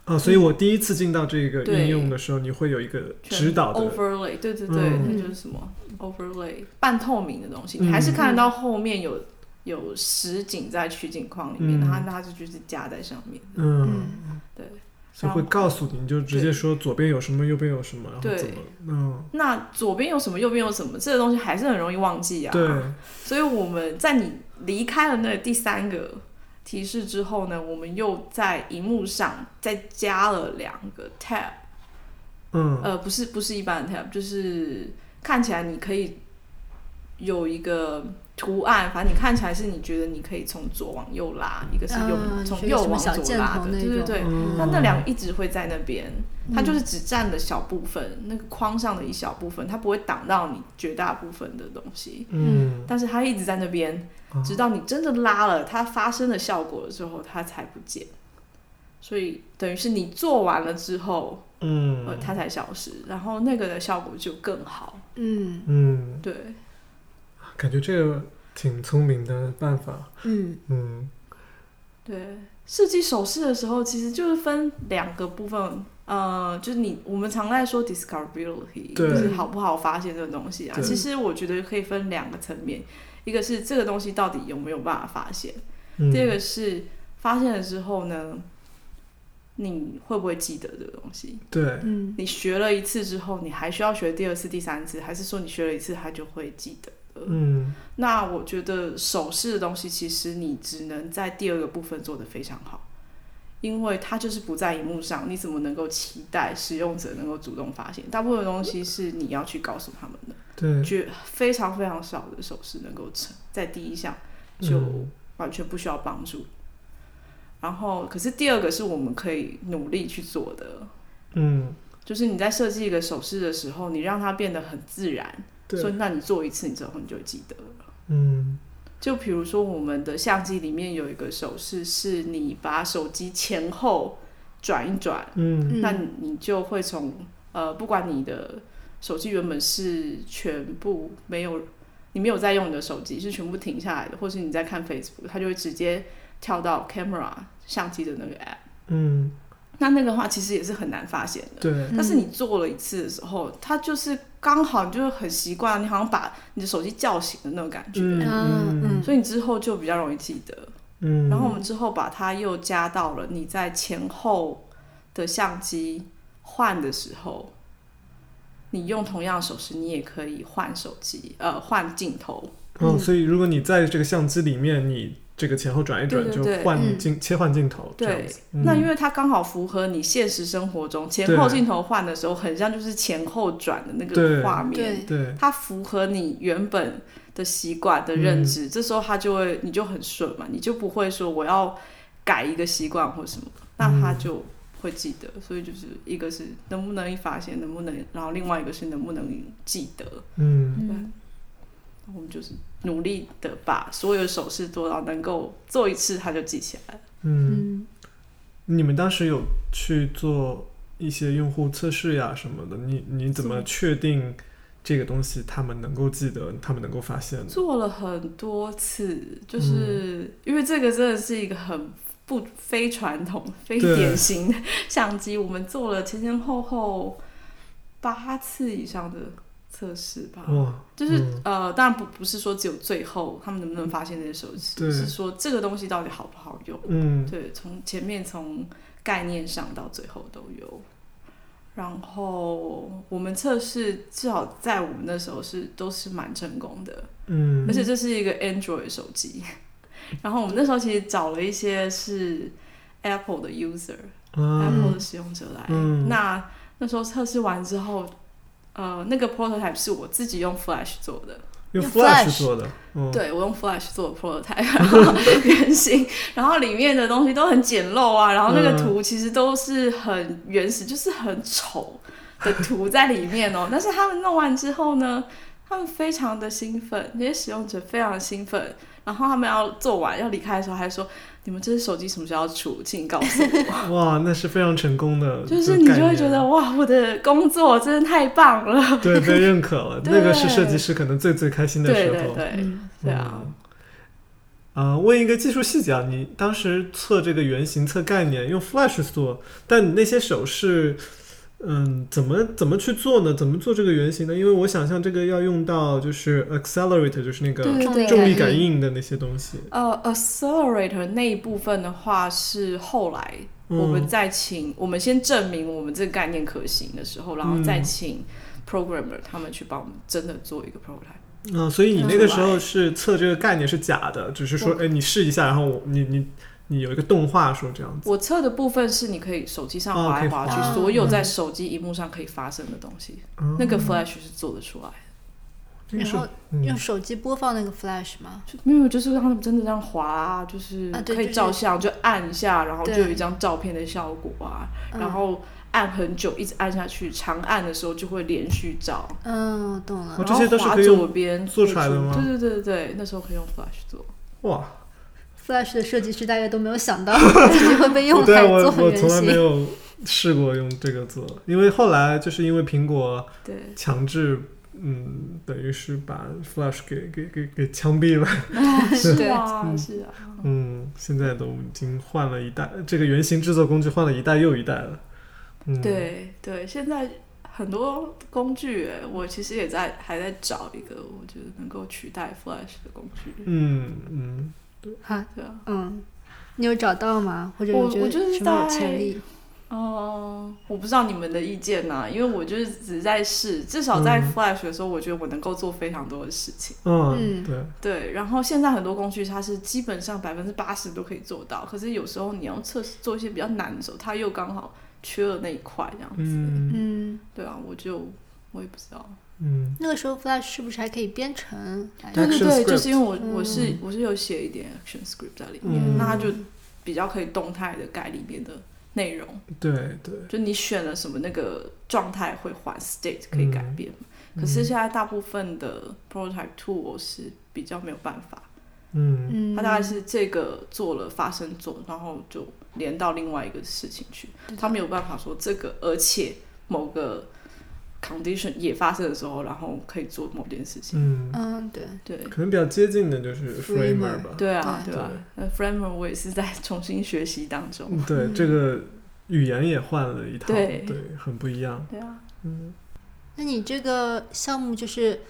[SPEAKER 1] 啊，所以我第一次进到这个
[SPEAKER 2] 对
[SPEAKER 1] 应用的时候，你会有一个
[SPEAKER 2] 全哦
[SPEAKER 1] 指导的
[SPEAKER 2] overlay，对对对，
[SPEAKER 1] 嗯
[SPEAKER 2] 那就是什么 overlay 半透明的东西，你还是看得到后面有有实景在取景框里面，
[SPEAKER 1] 嗯
[SPEAKER 2] 然后它就就是加在上面，
[SPEAKER 1] 嗯，
[SPEAKER 3] 嗯
[SPEAKER 2] 对。
[SPEAKER 1] 就会告诉你，你就直接说左边有什么，右边有什么，然后
[SPEAKER 2] 对
[SPEAKER 1] 怎么，嗯，
[SPEAKER 2] 那左边有什么，右边有什么，这个东西还是很容易忘记啊。
[SPEAKER 1] 嗯对，
[SPEAKER 2] 所以我们在你离开了那个第三个提示之后呢，我们又在荧幕上再加了两个 tab，
[SPEAKER 1] 嗯
[SPEAKER 2] 呃，不是不是一般的 tab，就是看起来你可以有一个图案，反正你看起来是你觉得你可以从左往右拉，一个是右、
[SPEAKER 3] 啊
[SPEAKER 2] 从
[SPEAKER 3] 就是
[SPEAKER 2] 右
[SPEAKER 3] 什么
[SPEAKER 2] 往
[SPEAKER 3] 小
[SPEAKER 2] 左
[SPEAKER 3] 箭
[SPEAKER 2] 拉
[SPEAKER 3] 头
[SPEAKER 2] 的，
[SPEAKER 3] 那
[SPEAKER 2] 对对
[SPEAKER 3] 种
[SPEAKER 2] 对。
[SPEAKER 1] 嗯
[SPEAKER 2] 那那两个一直会在那边，它
[SPEAKER 3] 嗯
[SPEAKER 2] 就是只占了小部分，那个框上的一小部分，它不会挡到你绝大部分的东西，
[SPEAKER 1] 嗯
[SPEAKER 2] 但是它一直在那边，
[SPEAKER 1] 啊
[SPEAKER 2] 直到你真的拉了，它发生了效果之后，它才不见。所以等于是你做完了之后，呃，
[SPEAKER 1] 嗯
[SPEAKER 2] 它才消失，然后那个的效果就更好。
[SPEAKER 3] 嗯
[SPEAKER 1] 嗯，
[SPEAKER 2] 对，
[SPEAKER 1] 感觉这个挺聪明的办法，
[SPEAKER 3] 嗯
[SPEAKER 1] 嗯
[SPEAKER 2] 对，设计首饰的时候，其实就是分两个部分，呃，就是你我们常在说 discoverability，
[SPEAKER 1] 对
[SPEAKER 2] 就是好不好发现这个东西啊。
[SPEAKER 1] 对
[SPEAKER 2] 其实我觉得可以分两个层面，一个是这个东西到底有没有办法发现，
[SPEAKER 1] 嗯，
[SPEAKER 2] 第二个是发现了之后呢，你会不会记得这个东西？
[SPEAKER 1] 对，
[SPEAKER 3] 嗯
[SPEAKER 2] 你学了一次之后，你还需要学第二次、第三次，还是说你学了一次它就会记得？
[SPEAKER 1] 嗯
[SPEAKER 2] 那我觉得手势的东西，其实你只能在第二个部分做得非常好，因为它就是不在荧幕上，你怎么能够期待使用者能够主动发现？大部分的东西是你要去告诉他们的，
[SPEAKER 1] 对，
[SPEAKER 2] 绝非常非常少的手势能够成在第一项就
[SPEAKER 1] 嗯
[SPEAKER 2] 完全不需要帮助。然后，可是第二个是我们可以努力去做的，
[SPEAKER 1] 嗯，
[SPEAKER 2] 就是你在设计一个手势的时候，你让它变得很自然，所
[SPEAKER 1] 对，
[SPEAKER 2] 以那你做一次，你之后你就会记得了。
[SPEAKER 1] 嗯
[SPEAKER 2] 就比如说，我们的相机里面有一个手势，是你把手机前后转一转，
[SPEAKER 1] 嗯
[SPEAKER 2] 那你你就会从呃，不管你的手机原本是全部没有，你没有在用你的手机，是全部停下来的，或是你在看 Facebook，它就会直接跳到 camera 相机的那个 app。
[SPEAKER 1] 嗯，
[SPEAKER 2] 那那个的话其实也是很难发现的，
[SPEAKER 1] 对，
[SPEAKER 2] 但是你做了一次的时候，它就是刚好你就会很习惯，你好像把你的手机叫醒的那种感觉。
[SPEAKER 1] 嗯
[SPEAKER 2] 所以你之后就比较容易记得。
[SPEAKER 1] 嗯，
[SPEAKER 2] 然后我们之后把它又加到了你在前后的相机换的时候，你用同样的手势，你也可以换手机，呃，换镜头。
[SPEAKER 1] 嗯嗯，所以如果你在这个相机里面，你这个前后转一转
[SPEAKER 2] 对
[SPEAKER 1] 就
[SPEAKER 2] 对对
[SPEAKER 3] 嗯
[SPEAKER 1] 换镜、切换镜头，这样
[SPEAKER 2] 对
[SPEAKER 1] 子。，
[SPEAKER 2] 那因为它刚好符合你现实生活中前后镜头换的时候，很像就是前后转的那
[SPEAKER 1] 对
[SPEAKER 2] 个画面，
[SPEAKER 3] 对
[SPEAKER 1] 嗯对
[SPEAKER 2] 它符合你原本的习惯的认知，这时候它就会你就很顺嘛，你就不会说我要改一个习惯或什么，那它就会记得。所以就是一个是能不能发现，能不能，然后另外一个是能不能记得，
[SPEAKER 1] 嗯，
[SPEAKER 3] 嗯
[SPEAKER 2] 我们就是努力的把所有手势做到能够做一次，它就记起来了。
[SPEAKER 1] 嗯，
[SPEAKER 3] 嗯，
[SPEAKER 1] 你们当时有去做一些用户测试呀什么的，你你怎么
[SPEAKER 2] 做
[SPEAKER 1] 确定这个东西他们能够记得，他们能够发现呢？
[SPEAKER 2] 做了很多次，
[SPEAKER 1] 嗯
[SPEAKER 2] 就是、因为这个真的是一个很不非传统、非
[SPEAKER 1] 对
[SPEAKER 2] 典型的相机，我们做了前前后后八次以上的测试吧。
[SPEAKER 1] 哇，
[SPEAKER 2] 就是、
[SPEAKER 1] 嗯
[SPEAKER 2] 呃，当然不不是说只有最后他们能不能发现这些手
[SPEAKER 1] 对
[SPEAKER 2] 指，是说这个东西到底好不好用。
[SPEAKER 1] 嗯
[SPEAKER 2] 对，从前面从概念上到最后都有。然后我们测试至少在我们那时候是都是蛮成功的，
[SPEAKER 1] 嗯
[SPEAKER 2] 而且这是一个 Android 手机。 *laughs* 然后我们那时候其实找了一些是 Apple 的 user、
[SPEAKER 1] 啊
[SPEAKER 2] Apple 的使用者来。
[SPEAKER 1] 嗯
[SPEAKER 2] 那那时候测试完之后，呃，那个 prototype 是我自己用 Flash 做的，
[SPEAKER 1] 用
[SPEAKER 3] 用
[SPEAKER 1] Flash
[SPEAKER 3] Flash
[SPEAKER 1] 做的，嗯，
[SPEAKER 2] 对我用 Flash 做的 prototype，然 *laughs* 后原型，然后里面的东西都很简陋啊，然后那
[SPEAKER 1] 嗯
[SPEAKER 2] 个图其实都是很原始，就是很丑的图在里面哦。但 *laughs* 是他们弄完之后呢，他们非常的兴奋，那些使用者非常的兴奋，然后他们要做完要离开的时候还说：“你们这只手机什么时候要出？请告诉
[SPEAKER 1] *laughs*
[SPEAKER 2] 我。”
[SPEAKER 1] 哇，那是非常成功的，
[SPEAKER 2] 就是你就会
[SPEAKER 1] 这个概
[SPEAKER 2] 觉
[SPEAKER 1] 念
[SPEAKER 2] 得哇，我的工作真的太棒了。
[SPEAKER 1] 对
[SPEAKER 2] *laughs*
[SPEAKER 1] 被认可了，那
[SPEAKER 2] 对
[SPEAKER 1] 个是设计师可能最最开心的
[SPEAKER 2] 对
[SPEAKER 1] 时候。
[SPEAKER 2] 对对，
[SPEAKER 3] 嗯
[SPEAKER 2] 对啊。
[SPEAKER 1] 嗯啊、问一个技术细节啊，你当时测这个原型、测概念，用 Flash 做，但你那些手势，嗯，怎么怎么去做呢？怎么做这个原型呢？因为我想象这个要用到就是 accelerator，就是那个
[SPEAKER 2] 对对
[SPEAKER 1] 啊重
[SPEAKER 3] 重
[SPEAKER 1] 力
[SPEAKER 3] 力
[SPEAKER 1] 感
[SPEAKER 3] 感
[SPEAKER 1] 应的那些东西。
[SPEAKER 2] 呃，accelerator 那一部分的话是后来
[SPEAKER 1] 嗯
[SPEAKER 2] 我们再请、我们先证明我们这个概念可行的时候，然后
[SPEAKER 1] 嗯
[SPEAKER 2] 再请 programmer 他们去帮我们真的做一个 prototype。
[SPEAKER 1] 嗯、所以你那个时候
[SPEAKER 2] 对
[SPEAKER 1] 是测这个概念是假的，只是说，哎，你试一下，然后我你你你有一个动画说这样子。
[SPEAKER 2] 我测的部分是你可以手机上
[SPEAKER 1] 哦
[SPEAKER 2] 划
[SPEAKER 1] 可以
[SPEAKER 2] 来划去，
[SPEAKER 3] 划
[SPEAKER 2] 所有在手机荧幕上可以发生的东西，
[SPEAKER 1] 嗯
[SPEAKER 2] 那个 Flash 是做得出来的。
[SPEAKER 1] 这个
[SPEAKER 3] 然
[SPEAKER 1] 是
[SPEAKER 3] 后
[SPEAKER 1] 嗯
[SPEAKER 3] 用手机播放那个 Flash 嘛，
[SPEAKER 2] 就没有，就是让他们真的这样滑、啊，就是
[SPEAKER 3] 啊对
[SPEAKER 2] 可以
[SPEAKER 3] 就是
[SPEAKER 2] 照相，就按一下，然后就
[SPEAKER 3] 对
[SPEAKER 2] 有一张照片的效果啊。
[SPEAKER 3] 嗯
[SPEAKER 2] 然后按很久，一直按下去，长按的时候就会连续照。
[SPEAKER 3] 嗯，我懂了
[SPEAKER 1] 哦，
[SPEAKER 2] 然
[SPEAKER 1] 这
[SPEAKER 2] 后
[SPEAKER 1] 些都是
[SPEAKER 2] 滑
[SPEAKER 1] 可以用
[SPEAKER 2] 左边
[SPEAKER 1] 做出来的吗
[SPEAKER 2] 对对对对对，那时候可以用 Flash 做。
[SPEAKER 1] 哇，
[SPEAKER 3] Flash 的设计师大概都没有
[SPEAKER 1] *laughs*
[SPEAKER 3] 想到自己会被用
[SPEAKER 1] 对啊
[SPEAKER 3] 来
[SPEAKER 1] 我
[SPEAKER 3] 做
[SPEAKER 1] 我
[SPEAKER 3] 原
[SPEAKER 1] 从来没
[SPEAKER 3] 型。
[SPEAKER 1] 有试过用这个做，因为后来就是因为苹果
[SPEAKER 2] 对，
[SPEAKER 1] *laughs* 强制，嗯，等于是把 Flash 给给给给枪毙了。
[SPEAKER 2] 是
[SPEAKER 3] 对
[SPEAKER 2] 啊
[SPEAKER 1] 嗯
[SPEAKER 2] 是啊，
[SPEAKER 1] 嗯，现在都已经换了一代，这个原型制作工具换了一代又一代了。嗯，，
[SPEAKER 2] 对对，现在很多工具耶，我其实也在还在找一个我觉得能够取代 Flash 的工具。
[SPEAKER 1] 嗯嗯，
[SPEAKER 3] 哈，
[SPEAKER 2] 对啊，
[SPEAKER 3] 嗯，你有找到吗？或者
[SPEAKER 2] 我
[SPEAKER 3] 你
[SPEAKER 2] 我
[SPEAKER 3] 觉
[SPEAKER 2] 就是
[SPEAKER 3] 得什么有
[SPEAKER 2] 在
[SPEAKER 3] 潜力？
[SPEAKER 2] 哦、我不知道你们的意见呐、因为我就是只在试，至少在
[SPEAKER 1] 嗯
[SPEAKER 2] Flash 的时候，我觉得我能够做非常多的事情。
[SPEAKER 1] 嗯，
[SPEAKER 3] 嗯
[SPEAKER 1] 对，
[SPEAKER 2] 对，然后现在很多工具它是基本上百分之八十都可以做到，可是有时候你要测试做一些比较难的时候，它又刚好缺了那一块这样子。
[SPEAKER 1] 嗯
[SPEAKER 3] 嗯，
[SPEAKER 2] 对啊，我就我也不知道。
[SPEAKER 1] 嗯
[SPEAKER 3] 那个时候 Flash 是不是还可以编程来着？
[SPEAKER 2] 对对
[SPEAKER 1] Action
[SPEAKER 2] 对，
[SPEAKER 1] script
[SPEAKER 2] 就是因为我我是
[SPEAKER 1] 嗯
[SPEAKER 2] 我是有写一点 action script 在里面，
[SPEAKER 1] 嗯，
[SPEAKER 2] 那它就比较可以动态的改里面的内容，
[SPEAKER 1] 对对，
[SPEAKER 2] 就你选了什么那个状态会换 state 可以改
[SPEAKER 1] 嗯
[SPEAKER 2] 变嘛。可是现在大部分的 prototype tool 是比较没有办法，
[SPEAKER 1] 嗯
[SPEAKER 3] 嗯，
[SPEAKER 2] 它大概是这个做了发生做，然后就连到另外一个事情去，它没有办法说这个，而且某个 condition 也发生的时候，然后可以做某件事情。
[SPEAKER 1] 嗯，
[SPEAKER 3] 嗯，对，
[SPEAKER 2] 对
[SPEAKER 1] 可能比较接近的就是 Framer
[SPEAKER 3] Framer
[SPEAKER 1] 吧。
[SPEAKER 2] 对啊，
[SPEAKER 3] 对
[SPEAKER 2] 对啊。那 framer 我也是在重新学习当中。
[SPEAKER 1] 嗯对，这个语言也换了一套，
[SPEAKER 2] 对
[SPEAKER 1] 对，很不一样。
[SPEAKER 2] *laughs* 对啊，
[SPEAKER 1] 嗯。
[SPEAKER 3] 那你这个项目就是，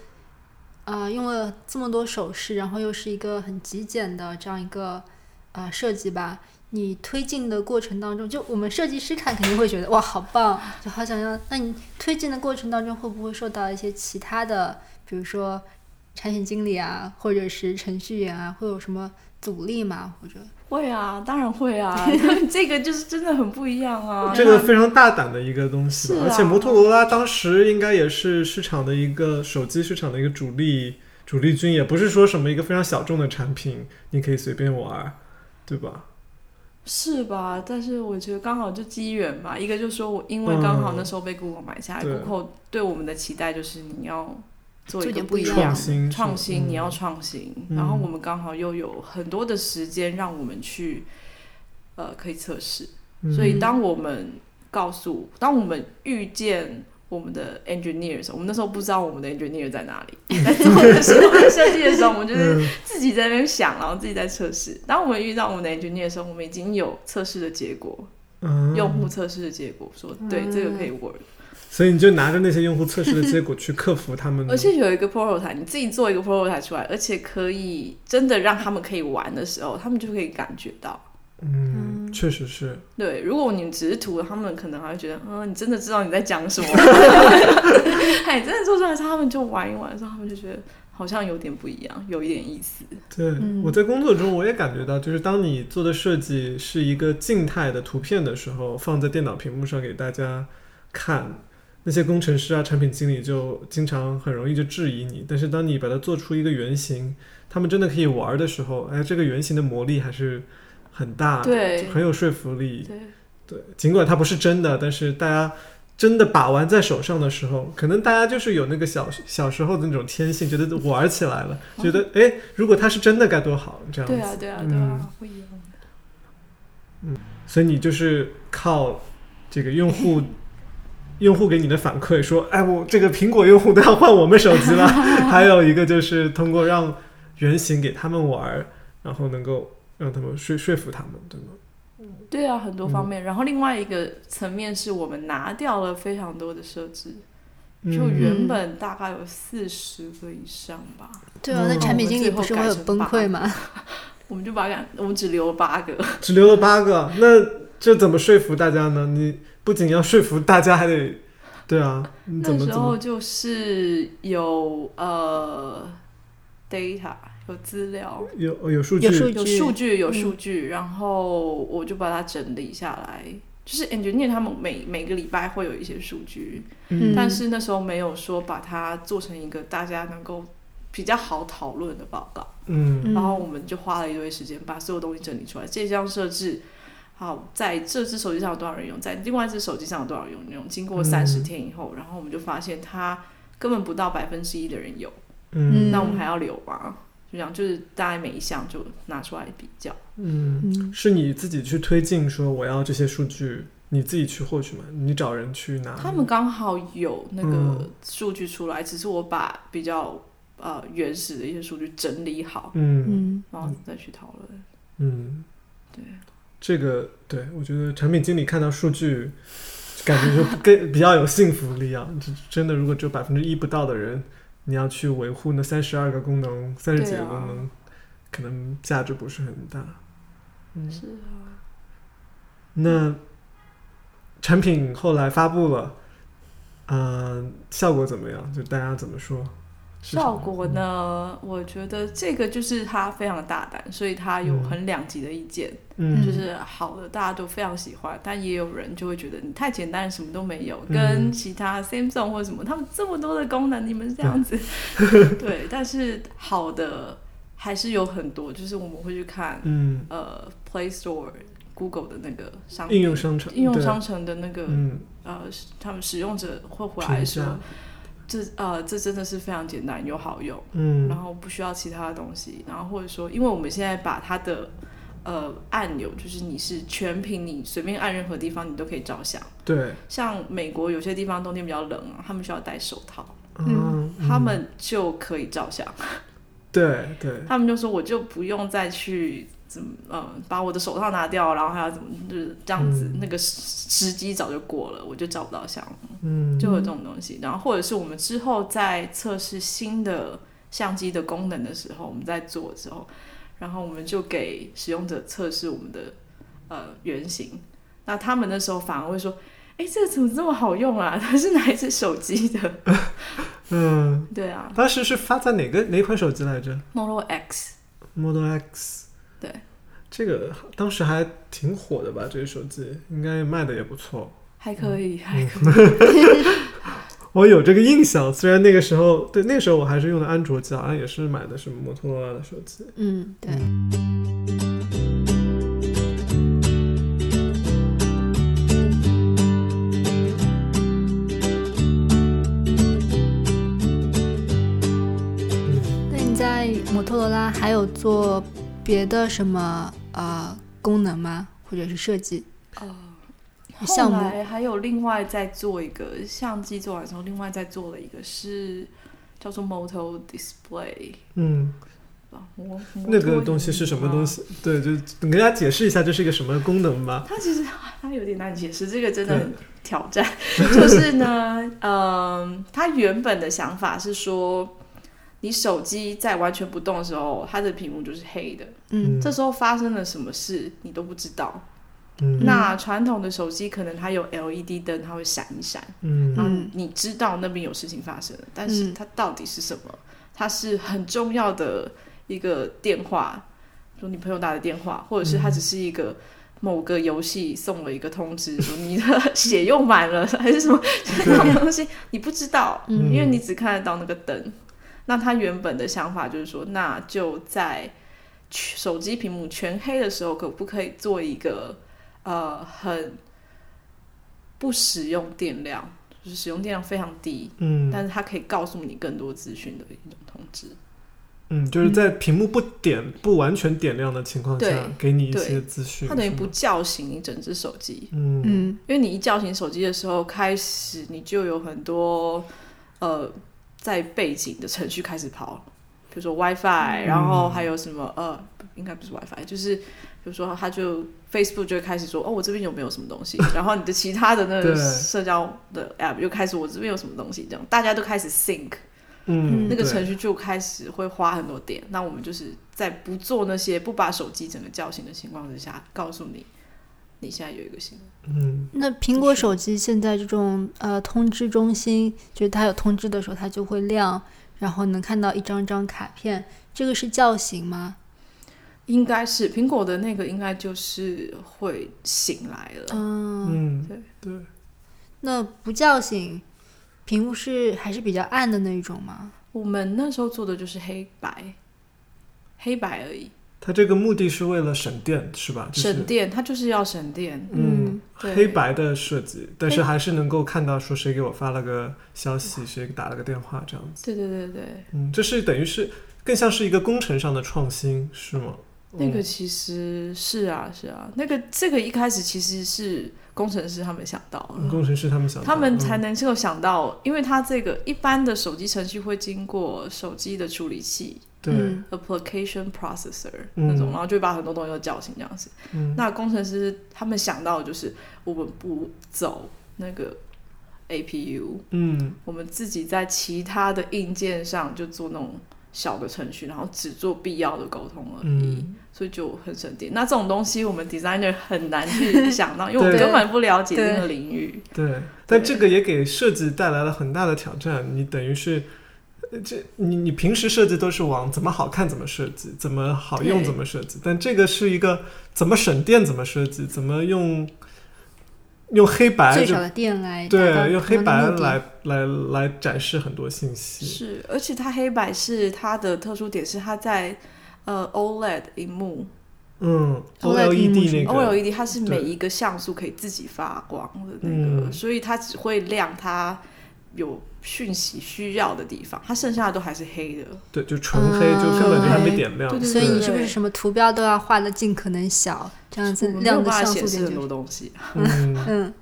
[SPEAKER 3] 啊，用了这么多手势，然后又是一个很极简的这样一个啊设计吧。你推进的过程当中，就我们设计师看肯定会觉得哇，好棒，就好想要。那你推进的过程当中，会不会受到一些其他的，比如说产品经理啊，或者是程序员啊，会有什么阻力吗？或者
[SPEAKER 2] 会啊，当然会 *laughs* 啊，这个就是真的很不一样啊。
[SPEAKER 1] 这个非常大胆的一个东西吧，
[SPEAKER 2] 是啊
[SPEAKER 1] 而且摩托罗拉当时应该也是市场的一个手机市场的一个主力主力军，也不是说什么一个非常小众的产品，你可以随便玩，对吧？
[SPEAKER 2] 是吧？但是我觉得刚好就机缘吧。一个就说我因为刚好
[SPEAKER 1] 嗯
[SPEAKER 2] 那时候被 Google 买下来、
[SPEAKER 1] 对
[SPEAKER 2] g o o g l e 对我们的期待就是你要做
[SPEAKER 3] 做
[SPEAKER 2] 一个
[SPEAKER 3] 点
[SPEAKER 2] 不
[SPEAKER 3] 不
[SPEAKER 2] 一
[SPEAKER 3] 一
[SPEAKER 2] 样的
[SPEAKER 3] 样
[SPEAKER 1] 创新是
[SPEAKER 2] 创新，
[SPEAKER 1] 嗯
[SPEAKER 2] 你要创新。
[SPEAKER 1] 嗯
[SPEAKER 2] 然后我们刚好又有很多的时间让我们去，呃，可以测试。
[SPEAKER 1] 嗯
[SPEAKER 2] 所以当我们告诉，当我们遇见。我们的 engineers，我们那时候不知道我们的 engineer 在哪里， *laughs* 在做的时候、在设计的时候，我们就是
[SPEAKER 1] 嗯
[SPEAKER 2] 自己在那边想，然后自己在测试。当我们遇到我们的 engineer 的时候，我们已经有测试的结果，
[SPEAKER 1] 嗯，
[SPEAKER 2] 用户测试的结果，说对
[SPEAKER 3] 嗯
[SPEAKER 2] 这个可以 work。
[SPEAKER 1] 所以你就拿着那些用户测试的结果去克服他们，
[SPEAKER 2] 而且有一个 prototype，你自己做一个 prototype 出来，而且可以真的让他们可以玩的时候，他们就可以感觉到。
[SPEAKER 1] 嗯，确实是，
[SPEAKER 2] 对，如果你只是图，他们可能还会觉得，嗯，你真的知道你在
[SPEAKER 1] *laughs*
[SPEAKER 2] 讲什么。哎，真的做出来的时候，他们就玩一玩的时候，他们就觉得好像有点不一样，有一点意思。
[SPEAKER 1] 对，
[SPEAKER 3] 嗯
[SPEAKER 1] 我在工作中我也感觉到，就是当你做的设计是一个静态的图片的时候，放在电脑屏幕上给大家看，那些工程师啊、产品经理就经常很容易就质疑你。但是当你把它做出一个原型，他们真的可以玩的时候，哎，这个原型的魔力还是很大的，
[SPEAKER 2] 对
[SPEAKER 1] 就很有说服力。
[SPEAKER 2] 对，
[SPEAKER 1] 对，尽管它不是真的，但是大家真的把玩在手上的时候，可能大家就是有那个小小时候的那种天性，觉得玩起来了，觉得哎，诶如果它是真的该多好，这样子。
[SPEAKER 2] 哦对啊，对啊，
[SPEAKER 1] 嗯
[SPEAKER 2] 对啊，不一样的。
[SPEAKER 1] 所以你就是靠这个用户用户给你的反馈说，哎，我这个苹果用户都要换我们手机
[SPEAKER 2] *laughs*
[SPEAKER 1] 了。还有一个就是通过让原型给他们玩儿，然后能够让他们说说服他们，对吗？
[SPEAKER 2] 对啊，很多方面。然后另外一个层面是我们拿掉了非常多的设置，就
[SPEAKER 1] 嗯，
[SPEAKER 2] 原本大概有四十个以上吧，
[SPEAKER 3] 对啊，
[SPEAKER 1] 嗯
[SPEAKER 3] 那产品经理
[SPEAKER 2] 我们
[SPEAKER 3] 不
[SPEAKER 2] 最后
[SPEAKER 3] 是
[SPEAKER 2] 改
[SPEAKER 3] 会有
[SPEAKER 2] 成
[SPEAKER 3] 崩
[SPEAKER 2] 八
[SPEAKER 3] 溃吗？
[SPEAKER 2] 我们就把两，我们只留了八个。
[SPEAKER 1] 只留了八个，那这怎么说服大家呢？你不仅要说服大家，还得 *laughs* 对啊，你怎
[SPEAKER 2] 那
[SPEAKER 1] 么
[SPEAKER 2] 时
[SPEAKER 1] 怎
[SPEAKER 2] 候
[SPEAKER 1] 么
[SPEAKER 2] 就是有呃 data 有资料，
[SPEAKER 1] 有有数据嗯
[SPEAKER 3] 有数
[SPEAKER 2] 有
[SPEAKER 3] 据
[SPEAKER 2] 数据有数据，然后我就把它整理下来。就是 engineer 他们每每个礼拜会有一些数据，
[SPEAKER 1] 嗯
[SPEAKER 2] 但是那时候没有说把它做成一个大家能够比较好讨论的报告。
[SPEAKER 1] 嗯
[SPEAKER 2] 然后我们就花了一堆时间把所有东西整理出来，这项设置。好，在这只手机上有多少人用，在另外一只手机上有多少人用？经过
[SPEAKER 1] 嗯
[SPEAKER 2] 三十天以后，然后我们就发现它根本不到百分之一的人有，
[SPEAKER 1] 嗯
[SPEAKER 2] 那我们还要留吗？就这样，就是大概每一项就拿出来比较。
[SPEAKER 1] 嗯，
[SPEAKER 3] 嗯，
[SPEAKER 1] 是你自己去推进说我要这些数据，你自己去获取吗？你找人去拿？
[SPEAKER 2] 他们刚好有那个
[SPEAKER 1] 嗯
[SPEAKER 2] 数据出来，只是我把比较呃原始的一些数据整理好，
[SPEAKER 1] 嗯
[SPEAKER 3] 嗯
[SPEAKER 2] 然后再去讨论。
[SPEAKER 1] 嗯，
[SPEAKER 2] 对，
[SPEAKER 1] 这个对我觉得产品经理看到数据，感觉就更比较有信服力啊。这真的，如果只有百分之一不到的人，你要去维护那三十二个功能、三十几
[SPEAKER 2] 对
[SPEAKER 1] 个
[SPEAKER 2] 啊
[SPEAKER 1] 功能，可能价值不是很大。嗯，
[SPEAKER 2] 是啊，
[SPEAKER 1] 那产品后来发布了，嗯、效果怎么样？就大家怎么说？市场
[SPEAKER 2] 啊效果呢？我觉得这个就是他非常大胆，所以他有
[SPEAKER 1] 嗯
[SPEAKER 2] 很两极的意见，
[SPEAKER 1] 嗯
[SPEAKER 2] 就是好的大家都非常喜欢，但也有人就会觉得你太简单，什么都没有，
[SPEAKER 1] 嗯
[SPEAKER 2] 跟其他 Samsung 或者什么，他们这么多的功能，你们这样
[SPEAKER 1] *laughs*
[SPEAKER 2] 子，对，但是好的还是有很多，就是我们会去看
[SPEAKER 1] 嗯，
[SPEAKER 2] 呃 Play Store、Google 的那个商
[SPEAKER 1] 应用商城，
[SPEAKER 2] 应用
[SPEAKER 1] 对
[SPEAKER 2] 商城的那个、
[SPEAKER 1] 嗯，
[SPEAKER 2] 呃，他们使用者会回来
[SPEAKER 1] 评
[SPEAKER 2] 说
[SPEAKER 1] 价，，
[SPEAKER 2] 这呃这真的是非常简单又好用。然
[SPEAKER 1] 嗯
[SPEAKER 2] 后不需要其他的东西，然后或者说，因为我们现在把它的呃按钮，就是你是全屏，你随便按任何地方你都可以照相。
[SPEAKER 1] 对，
[SPEAKER 2] 像美国有些地方冬天比较冷啊，他们需要戴手套，
[SPEAKER 1] 嗯，
[SPEAKER 2] 他
[SPEAKER 1] 嗯
[SPEAKER 2] 们就可以照相。
[SPEAKER 1] 对对，
[SPEAKER 2] 他们就说我就不用再去怎么呃把我的手套拿掉，然后还要怎么就是这样子，
[SPEAKER 1] 嗯
[SPEAKER 2] 那个时时机早就过了，我就照不到相了。
[SPEAKER 1] 嗯，
[SPEAKER 2] 就有这种东西。然后或者是我们之后在测试新的相机的功能的时候，我们在做的时候，然后我们就给使用者测试我们的呃原型。那他 *laughs* 们那时候反而会说：“哎，这个怎么这么好用啊？它是哪一只手机的？” *laughs*
[SPEAKER 1] 嗯，
[SPEAKER 2] 对啊
[SPEAKER 1] 当时是发在哪个哪款手机来着
[SPEAKER 2] ，Model X，
[SPEAKER 1] ？Model X。
[SPEAKER 2] 对，
[SPEAKER 1] 这个当时还挺火的吧？这个手机应该卖的也不错。
[SPEAKER 2] 还可以，还可以。
[SPEAKER 1] 我有这个印象，虽然那个时候对那个时候我还是用的安卓机，好像也是买的是摩托罗拉的手机。
[SPEAKER 3] 嗯，对。那你在摩托罗拉还有做别的什么呃功能吗？或者是设计
[SPEAKER 1] 嗯
[SPEAKER 2] 哦
[SPEAKER 3] 项
[SPEAKER 2] 后
[SPEAKER 3] 目
[SPEAKER 2] 来还有另外再做一个相机做完之后，另外再做了一个是叫做 Moto Display
[SPEAKER 1] 嗯，
[SPEAKER 2] 吧，摩摩
[SPEAKER 1] 那
[SPEAKER 2] 托
[SPEAKER 1] 个东西
[SPEAKER 2] 仪
[SPEAKER 1] 是什么
[SPEAKER 2] 啊
[SPEAKER 1] 东西？对，就你给大家解释一下这是一个什么功能吧。
[SPEAKER 2] *laughs* 它其实它有点难解释，这个真的
[SPEAKER 1] 对
[SPEAKER 2] 很
[SPEAKER 1] *laughs*
[SPEAKER 2] 挑战。就是呢，嗯，它原本的想法是说，你手机在完全不动的时候，它的屏幕就是黑的，
[SPEAKER 3] 嗯
[SPEAKER 2] 这时候发生了什么事你都不知道。
[SPEAKER 1] 嗯
[SPEAKER 2] 那传统的手机可能它有 LED 灯，它会闪一闪，
[SPEAKER 1] 嗯
[SPEAKER 2] 然后你知道那边有事情发生了，但是
[SPEAKER 3] 嗯
[SPEAKER 2] 它到底是什么？它是很重要的一个电话，说你朋友打的电话，或者是它只是一个某个游戏送了一个通知，说你的血用满了，还是什么 *laughs* 那种东西，你不知道，
[SPEAKER 1] 嗯
[SPEAKER 2] 因为你只看得到那个灯。那他原本的想法就是说，那就在全手机屏幕全黑的时候，可不可以做一个呃很不使用电量，就是使用电量非常低，
[SPEAKER 1] 嗯
[SPEAKER 2] 但是它可以告诉你更多资讯的一种通知。
[SPEAKER 1] 嗯，就是在屏幕不点不完全点亮的情况下
[SPEAKER 2] 对，
[SPEAKER 1] 给你一
[SPEAKER 2] 对
[SPEAKER 1] 些资讯。
[SPEAKER 2] 它等于
[SPEAKER 1] 是吗
[SPEAKER 2] 不叫醒你整只手机，
[SPEAKER 1] 嗯
[SPEAKER 3] 嗯
[SPEAKER 2] 因为你一叫醒手机的时候，开始你就有很多呃在背景的程序开始跑，比如说
[SPEAKER 1] 嗯
[SPEAKER 2] WiFi，然后还有什么呃，不应该不是 WiFi，就是比如说它就 Facebook 就会开始说哦，我这边有没有什么
[SPEAKER 1] *laughs*
[SPEAKER 2] 东西，然后你的其他的那
[SPEAKER 1] 对
[SPEAKER 2] 个社交的 App 又开始我这边有什么东西，这样大家都开始 think，
[SPEAKER 1] 嗯，
[SPEAKER 2] 那个
[SPEAKER 1] 对
[SPEAKER 2] 程序就开始会花很多点。那我们就是在不做那些不把手机整个叫醒的情况之下，告诉你你现在有一个新的。
[SPEAKER 1] 嗯
[SPEAKER 3] 那苹果手机现在这种呃通知中心，就是它有通知的时候，它就会亮，然后能看到一张张卡片。这个是叫醒吗？
[SPEAKER 2] 应该是苹果的那个，应该就是会醒来了。
[SPEAKER 3] 嗯，
[SPEAKER 1] 嗯
[SPEAKER 2] 对
[SPEAKER 1] 对，
[SPEAKER 3] 那不叫醒，屏幕是还是比较暗的那一种吗？
[SPEAKER 2] 我们那时候做的就是黑白，黑白而已，
[SPEAKER 1] 它这个目的是为了省电是吧？就是
[SPEAKER 2] 省电，它就是要省电。
[SPEAKER 1] 嗯，
[SPEAKER 2] 对
[SPEAKER 1] 黑白的设计，但是还是能够看到说谁给我发了个消息，谁打了个电话这样子。
[SPEAKER 2] 对对对对，
[SPEAKER 1] 嗯，这是等于是更像是一个工程上的创新，是吗？
[SPEAKER 2] 那个其实是啊是啊，那个这个一开始其实是工程师他们想到了，
[SPEAKER 1] 嗯工程师他们想到，
[SPEAKER 2] 他们才
[SPEAKER 1] 嗯
[SPEAKER 2] 能够想到，因为它这个一般的手机程序会经过手机的处理器嗯
[SPEAKER 3] 嗯
[SPEAKER 1] 对，
[SPEAKER 2] （application processor）
[SPEAKER 1] 嗯
[SPEAKER 2] 那种，然后就会把很多东西都叫醒这样子。
[SPEAKER 1] 嗯
[SPEAKER 2] 那工程师他们想到的就是，我们不走那个 APU，
[SPEAKER 1] 嗯
[SPEAKER 2] 我们自己在其他的硬件上就做那种小的程序，然后只做必要的沟通而已。
[SPEAKER 1] 嗯
[SPEAKER 2] 所以就很省电。那这种东西我们 designer 很
[SPEAKER 1] *laughs*
[SPEAKER 2] 难去想到，因为我们
[SPEAKER 1] 对
[SPEAKER 2] 根本不了解
[SPEAKER 3] 对
[SPEAKER 2] 那个领域。
[SPEAKER 1] 对，但这个也给设计带来了很大的挑战。你等于是，呃这你你平时设计都是往怎么好看怎么设计，怎么好用
[SPEAKER 2] 对
[SPEAKER 1] 怎么设计，但这个是一个怎么省电怎么设计，怎么用用黑白
[SPEAKER 3] 最
[SPEAKER 1] 就
[SPEAKER 3] 少的电来达到
[SPEAKER 1] 对用黑
[SPEAKER 3] 同样的
[SPEAKER 1] 白
[SPEAKER 3] 目的
[SPEAKER 1] 来来来展示很多信息。
[SPEAKER 2] 是，而且它黑白是它的特殊点是它在呃 OLED 荧幕、
[SPEAKER 1] 嗯
[SPEAKER 3] OLED
[SPEAKER 1] ，OLED 那
[SPEAKER 3] 屏
[SPEAKER 1] 个
[SPEAKER 2] OLED 它是每
[SPEAKER 1] 对
[SPEAKER 2] 一个像素可以自己发光的那个，
[SPEAKER 1] 嗯
[SPEAKER 2] 所以它只会亮它有讯息需要的地方，它剩下的都还是黑
[SPEAKER 3] 嗯
[SPEAKER 2] 的。
[SPEAKER 1] 对，就纯黑，就根本就还没点亮。
[SPEAKER 2] 对对
[SPEAKER 3] 所以你
[SPEAKER 2] 对
[SPEAKER 3] 是不是什么图标都要画的尽可能小，这样子
[SPEAKER 2] 我们没有
[SPEAKER 3] 亮的
[SPEAKER 2] 办
[SPEAKER 3] 像
[SPEAKER 2] 法
[SPEAKER 3] 素
[SPEAKER 2] 显示
[SPEAKER 3] 点
[SPEAKER 2] 很
[SPEAKER 3] 就
[SPEAKER 2] 多东西。
[SPEAKER 1] 嗯，
[SPEAKER 3] *laughs* 嗯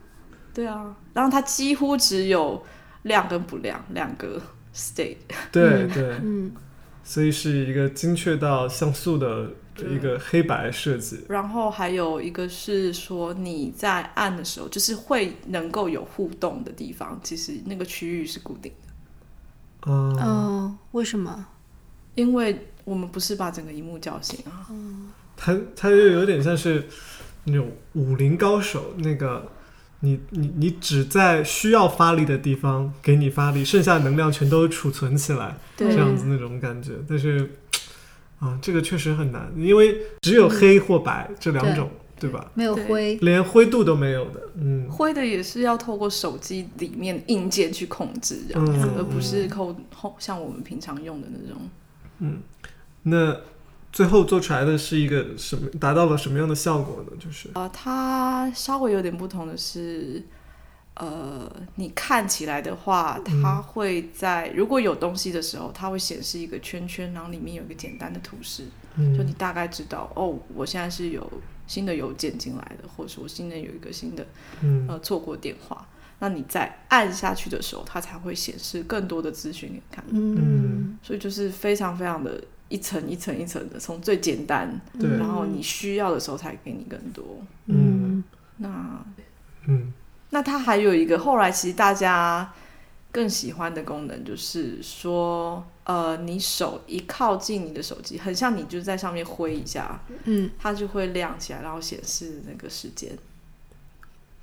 [SPEAKER 2] 对啊，然后它几乎只有亮跟不亮两个 state。
[SPEAKER 1] 对对，
[SPEAKER 3] 嗯
[SPEAKER 1] 所以是一个精确到像素的一个黑白设计。
[SPEAKER 2] 然后还有一个是说你在按的时候，就是会能够有互动的地方，其实那个区域是固定的，
[SPEAKER 1] 嗯，
[SPEAKER 3] 哦，为什么？
[SPEAKER 2] 因为我们不是把整个荧幕叫醒啊。
[SPEAKER 1] 它它就有点像是那种武林高手那个你你你只在需要发力的地方给你发力，剩下的能量全都储存起来，
[SPEAKER 3] 对
[SPEAKER 1] 这样子那种感觉。但是啊，这个确实很难，因为只有黑或白这两种，对吧？
[SPEAKER 3] 没有灰，
[SPEAKER 1] 连灰度都没有的，嗯
[SPEAKER 2] 灰的也是要透过手机里面硬件去控制这样子，
[SPEAKER 1] 嗯
[SPEAKER 2] 而不是扣控像我们平常用的那种。
[SPEAKER 1] 嗯。那最后做出来的是一个什么？达到了什么样的效果呢？就是
[SPEAKER 2] 呃，它稍微有点不同的是，呃，你看起来的话，
[SPEAKER 1] 嗯
[SPEAKER 2] 它会在、如果有东西的时候，它会显示一个圈圈，然后里面有一个简单的图示，就
[SPEAKER 1] 嗯
[SPEAKER 2] 你大概知道哦，我现在是有新的邮件进来的，或者是我现在有一个新的
[SPEAKER 1] 嗯
[SPEAKER 2] 呃错过电话。那你在按下去的时候，它才会显示更多的资讯给你看，
[SPEAKER 3] 嗯，
[SPEAKER 2] 所以就是非常非常的一层一层一层的，从最简单，
[SPEAKER 1] 对
[SPEAKER 2] 然后你需要的时候才给你更多。
[SPEAKER 3] 嗯
[SPEAKER 2] 那
[SPEAKER 1] 嗯
[SPEAKER 2] 那它还有一个后来其实大家更喜欢的功能，就是说，呃，你手一靠近你的手机，很像你就在上面挥一下，
[SPEAKER 3] 嗯，
[SPEAKER 2] 它就会亮起来，然后显示那个时间。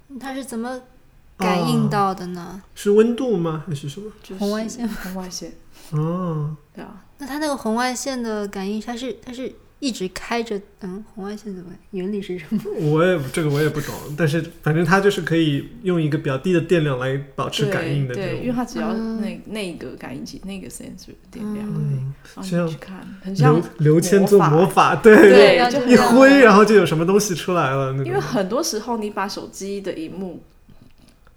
[SPEAKER 3] 嗯它是怎么感
[SPEAKER 1] 哦
[SPEAKER 3] 应到的呢？
[SPEAKER 1] 是温度吗？还是什么？
[SPEAKER 2] 就是、
[SPEAKER 3] 红外线，
[SPEAKER 2] 红外线，
[SPEAKER 1] 哦，
[SPEAKER 2] 对啊，
[SPEAKER 3] 那它那个红外线的感应，它是它是一直开着，嗯，红外线怎么原理是什么？
[SPEAKER 1] 我也这个我也不懂，但是反正它就是可以用一个比较低的电量来保持
[SPEAKER 2] 对
[SPEAKER 1] 感应的这
[SPEAKER 2] 对，
[SPEAKER 1] 种
[SPEAKER 2] 因为。它只要
[SPEAKER 3] 嗯
[SPEAKER 2] 那、那个感应器那个 sensor 的电量，
[SPEAKER 1] 嗯，
[SPEAKER 2] 然
[SPEAKER 1] 这
[SPEAKER 2] 后
[SPEAKER 1] 样
[SPEAKER 2] 你去看，很像
[SPEAKER 1] 刘，刘谦做魔法，对，
[SPEAKER 2] *laughs* 对
[SPEAKER 3] 要
[SPEAKER 2] 就
[SPEAKER 1] *laughs*
[SPEAKER 3] 这
[SPEAKER 1] 一
[SPEAKER 3] 样
[SPEAKER 1] 挥，啊然后就有什么东西出来了那
[SPEAKER 2] 因为
[SPEAKER 1] 种。
[SPEAKER 2] 很多时候你把手机的荧幕。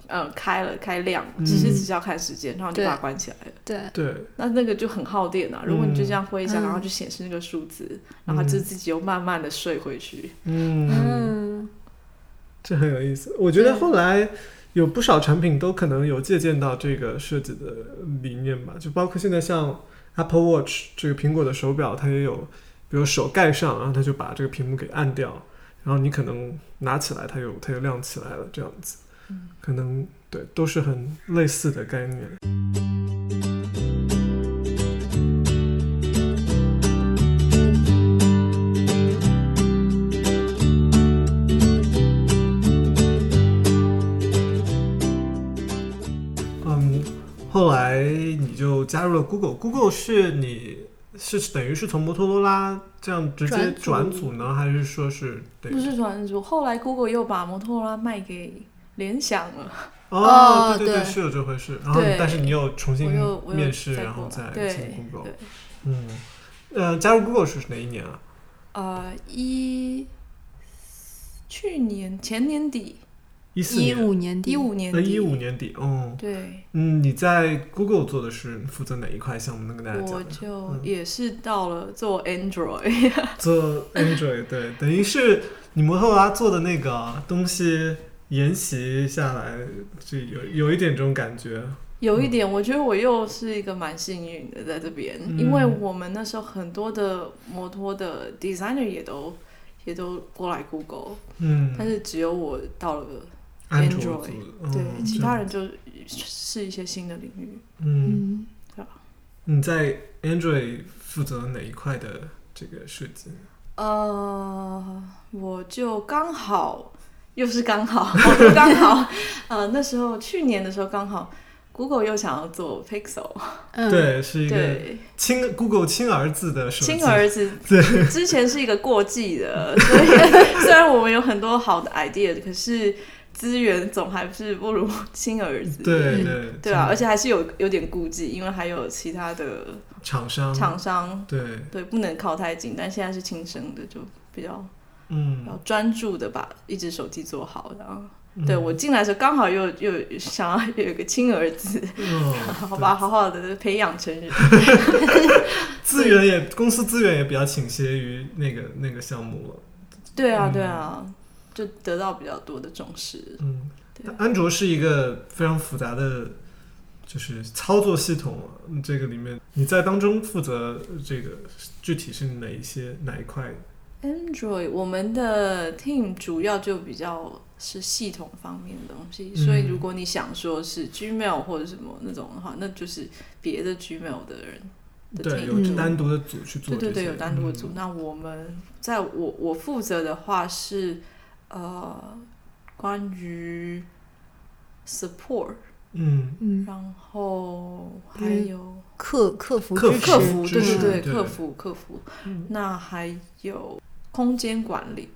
[SPEAKER 2] 呃，开了开亮，
[SPEAKER 1] 嗯
[SPEAKER 2] 其实只是要看时间，然后你就
[SPEAKER 3] 对
[SPEAKER 2] 把它关起来了。
[SPEAKER 3] 对，
[SPEAKER 1] 对，
[SPEAKER 2] 那那个就很耗电啊！如果你就这样挥一下，
[SPEAKER 3] 嗯
[SPEAKER 2] 然后就显示那个数字，然后它就自己又慢慢的睡回去。
[SPEAKER 1] 嗯，
[SPEAKER 3] 嗯，
[SPEAKER 1] 这很有意思。我觉得
[SPEAKER 3] 对
[SPEAKER 1] 后来有不少产品都可能有借鉴到这个设计的理念吧，就包括现在像 Apple Watch 这个苹果的手表，它也有，比如手盖上，然后它就把这个屏幕给按掉，然后你可能拿起来，它又它又亮起来了，这样子，可能对都是很类似的概念。嗯，后来你就加入了 Google，Google 是你是等于是从摩托罗拉这样直接
[SPEAKER 3] 转组
[SPEAKER 1] 转组呢，还是说是等于
[SPEAKER 2] 不是传说，后来 Google 又把摩托罗拉卖给联想了，
[SPEAKER 1] 哦，
[SPEAKER 3] 哦
[SPEAKER 1] 对对，
[SPEAKER 3] 对
[SPEAKER 1] 是有这回事。然后你
[SPEAKER 2] 对
[SPEAKER 1] 但是你又重新
[SPEAKER 2] 我又我又
[SPEAKER 1] 面试，
[SPEAKER 2] 再
[SPEAKER 1] 然后
[SPEAKER 2] 过
[SPEAKER 1] 再
[SPEAKER 2] 对
[SPEAKER 1] 进 Google
[SPEAKER 2] 对。，
[SPEAKER 1] 嗯，呃，加入 Google 是哪一年啊？
[SPEAKER 2] 呃，一去年前年底，
[SPEAKER 1] 一四
[SPEAKER 3] 一
[SPEAKER 1] 年，
[SPEAKER 3] 五年底，
[SPEAKER 2] 一五年
[SPEAKER 1] 呃，
[SPEAKER 2] 底，
[SPEAKER 1] 一五年底。哦，
[SPEAKER 2] 对，
[SPEAKER 1] 嗯，你在 Google 做的是负责哪一块项目？能跟大家讲
[SPEAKER 2] 我
[SPEAKER 1] 一下？
[SPEAKER 2] 就
[SPEAKER 1] 嗯
[SPEAKER 2] 也是到了
[SPEAKER 1] *laughs*
[SPEAKER 2] 做 Android，
[SPEAKER 1] 做
[SPEAKER 2] *laughs*
[SPEAKER 1] Android，对，等于是你摩托罗拉做的那个东西沿袭下来，就有有一点这种感觉。
[SPEAKER 2] 有一点，我觉得我又是一个蛮幸运的，在这边，
[SPEAKER 1] 嗯
[SPEAKER 2] 因为我们那时候很多的摩托的 designer 也都也都过来 Google，、
[SPEAKER 1] 嗯，
[SPEAKER 2] 但是只有我到了，
[SPEAKER 1] 安
[SPEAKER 2] Android，
[SPEAKER 1] 卓组的，
[SPEAKER 2] 对，
[SPEAKER 1] 嗯
[SPEAKER 2] 其他人就是一些新的领域。
[SPEAKER 1] 嗯。
[SPEAKER 3] 嗯，
[SPEAKER 1] 你在 Android 负责哪一块的这个设计？
[SPEAKER 2] 呃，我就刚好，又是
[SPEAKER 1] *laughs*
[SPEAKER 2] 刚好，我就刚好，呃，那时候去年的时候刚好，Google 又想要做 Pixel，
[SPEAKER 3] 嗯，
[SPEAKER 1] 对，是一个
[SPEAKER 2] 对，
[SPEAKER 1] 亲 Google 亲儿子的手机。
[SPEAKER 2] 亲儿
[SPEAKER 1] *laughs*
[SPEAKER 2] 子，之前是一个过季的，所以 *laughs* 虽然我们有很多好的 idea，可是资源总还是不如亲儿子。
[SPEAKER 1] 对
[SPEAKER 3] 嗯
[SPEAKER 1] 对
[SPEAKER 2] 对啊，而
[SPEAKER 1] 且
[SPEAKER 2] 且还是有有点顾忌，因为还有其他的
[SPEAKER 1] 厂商
[SPEAKER 2] 厂商，
[SPEAKER 1] 对，
[SPEAKER 2] 对，不能靠太近。但现在是亲生的，就比较比
[SPEAKER 1] 嗯
[SPEAKER 2] 较，专注的把一只手机做好。然后，
[SPEAKER 1] 嗯
[SPEAKER 2] 对我进来的时候刚好又又想要有一个亲儿子， *laughs*
[SPEAKER 1] 嗯，
[SPEAKER 2] 好吧，好好的培养成人。
[SPEAKER 1] 对，资源也公司资源也比较倾斜于那个那个项目了。
[SPEAKER 2] 对啊，
[SPEAKER 1] 嗯
[SPEAKER 2] 对啊，就得到比较多的重视。
[SPEAKER 1] 嗯，
[SPEAKER 2] 对
[SPEAKER 1] 但安卓是一个非常复杂的。就是操作系统啊、嗯这个里面，你在当中负责这个具体是哪一些哪一块？
[SPEAKER 2] Android，我们的 team 主要就比较是系统方面的东西，
[SPEAKER 1] 嗯
[SPEAKER 2] 所以如果你想说是 Gmail 或者什么那种的话，那就是别的 Gmail 的人的
[SPEAKER 1] 对，
[SPEAKER 3] 嗯
[SPEAKER 2] team
[SPEAKER 1] 有
[SPEAKER 2] 做。
[SPEAKER 1] 单独的组去做这
[SPEAKER 2] 对
[SPEAKER 1] 些。
[SPEAKER 2] 对对，有单独的
[SPEAKER 1] 嗯
[SPEAKER 2] 组。那我们在我我负责的话是呃，关于 support，
[SPEAKER 1] 嗯，
[SPEAKER 3] 嗯，
[SPEAKER 2] 然后还
[SPEAKER 3] 嗯
[SPEAKER 2] 有
[SPEAKER 3] 客客服
[SPEAKER 1] 客服
[SPEAKER 3] 支持
[SPEAKER 2] 客服，
[SPEAKER 1] 支
[SPEAKER 2] 对
[SPEAKER 1] 持
[SPEAKER 2] 对
[SPEAKER 1] 对
[SPEAKER 2] 客服客服，那还有空间管理，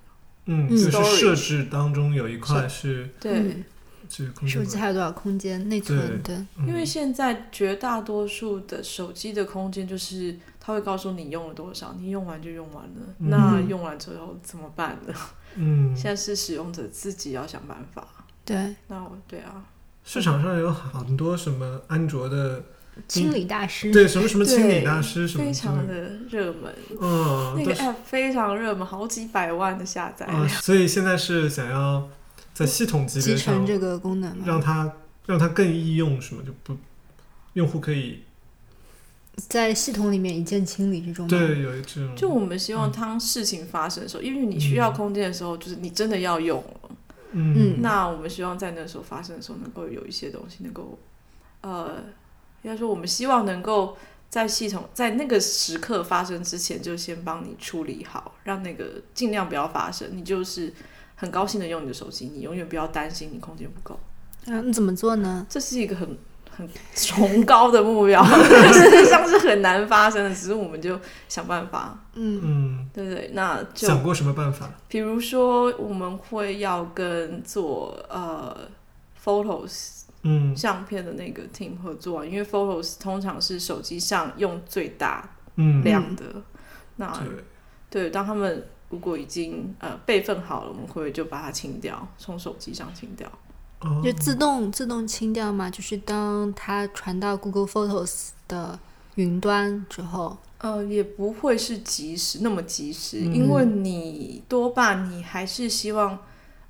[SPEAKER 1] 嗯，
[SPEAKER 3] 嗯
[SPEAKER 1] 就是
[SPEAKER 2] Storage
[SPEAKER 1] 设置当中有一块是
[SPEAKER 2] 对，
[SPEAKER 1] 嗯是空
[SPEAKER 3] 手
[SPEAKER 1] 间
[SPEAKER 3] 机
[SPEAKER 1] 管
[SPEAKER 3] 还有多少空间内存？对，
[SPEAKER 1] 理，
[SPEAKER 2] 因为
[SPEAKER 1] 嗯
[SPEAKER 2] 现在绝大多数的手机的空间就是它会告诉你用了多少，你用完就用完了，
[SPEAKER 1] 嗯
[SPEAKER 2] 那用完之后怎么办呢？ *laughs*
[SPEAKER 1] 嗯，
[SPEAKER 2] 现在是使用者自己要想办法。
[SPEAKER 3] 对，
[SPEAKER 2] 那我对啊，
[SPEAKER 1] 市场上有很多什么安卓的，
[SPEAKER 3] 清理大师，
[SPEAKER 1] 对什么什么清理
[SPEAKER 2] 对
[SPEAKER 1] 大师什么
[SPEAKER 2] 非
[SPEAKER 1] 之
[SPEAKER 2] 常
[SPEAKER 1] 类的，
[SPEAKER 2] 的热门，
[SPEAKER 1] 嗯，都
[SPEAKER 2] 那个
[SPEAKER 1] 是
[SPEAKER 2] app 非常热门，好几百万的下载
[SPEAKER 1] 啊，
[SPEAKER 2] 量。
[SPEAKER 1] 所以现在是想要在系统级
[SPEAKER 3] 集
[SPEAKER 1] 别上
[SPEAKER 3] 成这个功能嘛
[SPEAKER 1] 让，它让它更易用，是吗？就不用户可以
[SPEAKER 3] 在系统里面一键清理这种吗，
[SPEAKER 1] 对有这种
[SPEAKER 2] 嗯就我们希
[SPEAKER 1] 嗯
[SPEAKER 2] 望当事情发生的时候，因为你需要
[SPEAKER 1] 嗯
[SPEAKER 2] 空间的时候，就是你真的要用了。
[SPEAKER 1] 嗯
[SPEAKER 3] 嗯
[SPEAKER 2] 那我们希望在那时候发生的时候，能够有一些东西能够，呃，应该说我们希望能够在系统在那个时刻发生之前，就先帮你处理好，让那个尽量不要发生。你就是很高兴的用你的手机，你永远不要担心你空间不够，
[SPEAKER 3] 啊，你怎么做呢？
[SPEAKER 2] 这是一个很很 *laughs* 崇高的目标，但是实际上是很难发生的。只是我们就想办法，
[SPEAKER 3] 嗯
[SPEAKER 1] 嗯，
[SPEAKER 2] 对不对？那就
[SPEAKER 1] 想过什么办法？
[SPEAKER 2] 比如说，我们会要跟做呃 photos
[SPEAKER 1] 嗯
[SPEAKER 2] 相片的那个 team 合作啊，因为 Photos 通常是手机上用最大
[SPEAKER 1] 嗯，对
[SPEAKER 2] 量的。那对，当他们如果已经呃备份好了，我们会不会就把它清掉，从手机上清掉？
[SPEAKER 1] 哦
[SPEAKER 3] 就自动自动清掉嘛，就是当它传到 Google Photos 的云端之后，
[SPEAKER 2] 呃，也不会是及时那么及时，
[SPEAKER 1] 嗯
[SPEAKER 2] 因为你多半你还是希望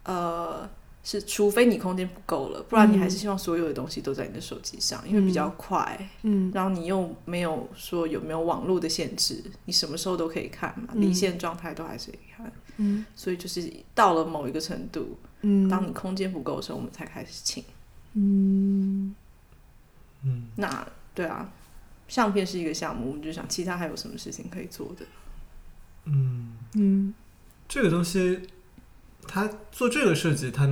[SPEAKER 2] 呃。是，除非你空间不够了，不然你还是希望所有的东西都在你的手机上，因为比较快。
[SPEAKER 3] 嗯
[SPEAKER 2] 然后你又没有说有没有网络的限制，你什么时候都可以看嘛，离线状态都还是可以看。
[SPEAKER 3] 嗯
[SPEAKER 2] 所以就是到了某一个程度，
[SPEAKER 3] 嗯
[SPEAKER 2] 当你空间不够的时候，我们才开始清。
[SPEAKER 3] 嗯，
[SPEAKER 1] 嗯
[SPEAKER 2] 那对啊，相片是一个项目，我们就想其他还有什么事情可以做的。
[SPEAKER 1] 嗯，
[SPEAKER 3] 嗯，
[SPEAKER 1] 这个东西它做这个设计，它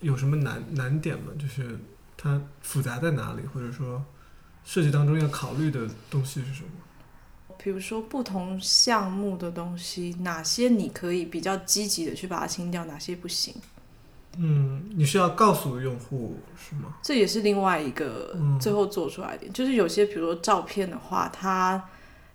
[SPEAKER 1] 有什么难难点吗？就是它复杂在哪里，或者说设计当中要考虑的东西是什么？
[SPEAKER 2] 比如说不同项目的东西，哪些你可以比较积极的去把它清掉，哪些不行，
[SPEAKER 1] 嗯，你是要告诉用户是吗？
[SPEAKER 2] 这也是另外一个
[SPEAKER 1] 嗯
[SPEAKER 2] 最后做出来的点。就是有些比如说照片的话，它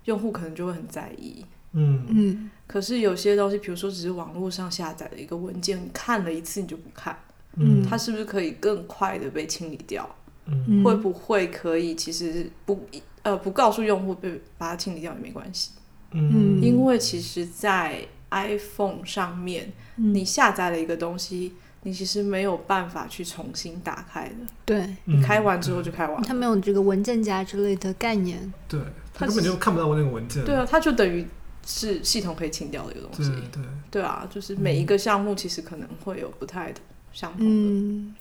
[SPEAKER 2] 用户可能就会很在意，
[SPEAKER 1] 嗯
[SPEAKER 3] 嗯
[SPEAKER 2] 可是有些东西，比如说只是网络上下载的一个文件，你看了一次你就不看，
[SPEAKER 1] 嗯
[SPEAKER 2] 它是不是可以更快的被清理掉？
[SPEAKER 1] 嗯
[SPEAKER 3] 嗯，
[SPEAKER 2] 会不会可以其实不呃不告诉用户被把它清理掉也没关系？
[SPEAKER 1] 嗯
[SPEAKER 2] 因为其实，在 iPhone 上面，
[SPEAKER 3] 嗯
[SPEAKER 2] 你下载了一个东西，你其实没有办法去重新打开的，
[SPEAKER 3] 对，
[SPEAKER 1] 嗯
[SPEAKER 2] 你开完之后就开完
[SPEAKER 3] 它
[SPEAKER 2] 了。
[SPEAKER 3] 没有这个文件夹之类的概念，
[SPEAKER 1] 对，他
[SPEAKER 2] 它
[SPEAKER 1] 根本
[SPEAKER 2] 其
[SPEAKER 1] 就看不到我那个文件。
[SPEAKER 2] 对啊，它就等于是系统可以清掉的一个东
[SPEAKER 1] 对
[SPEAKER 2] 西。
[SPEAKER 1] 对，
[SPEAKER 2] 对啊，就是每一个项目其实可能会有不太的相同的。
[SPEAKER 3] 嗯，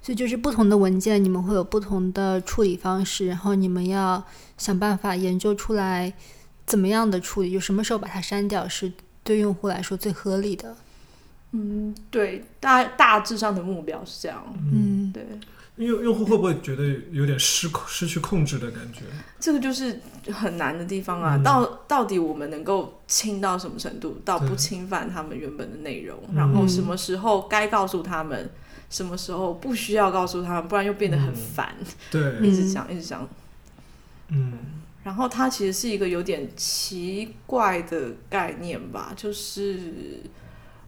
[SPEAKER 3] 所以就是不同的文件，你们会有不同的处理方式，然后你们要想办法研究出来怎么样的处理，就什么时候把它删掉是对用户来说最合理的。
[SPEAKER 2] 嗯，对，大大致上的目标是这样。
[SPEAKER 3] 嗯
[SPEAKER 2] 对，
[SPEAKER 1] 用用户会不会觉得有点失控失去控制的感觉？
[SPEAKER 2] 这个就是很难的地方啊。
[SPEAKER 1] 嗯
[SPEAKER 2] 到到底我们能够清到什么程度，到
[SPEAKER 1] 对
[SPEAKER 2] 不侵犯他们原本的内容，
[SPEAKER 1] 嗯
[SPEAKER 2] 然后什么时候该告诉他们，什么时候不需要告诉他们，不然又变得很
[SPEAKER 1] 嗯
[SPEAKER 2] 烦，
[SPEAKER 1] 对，
[SPEAKER 3] 嗯
[SPEAKER 2] 一直讲一直讲。
[SPEAKER 1] 嗯
[SPEAKER 2] 然后它其实是一个有点奇怪的概念吧，就是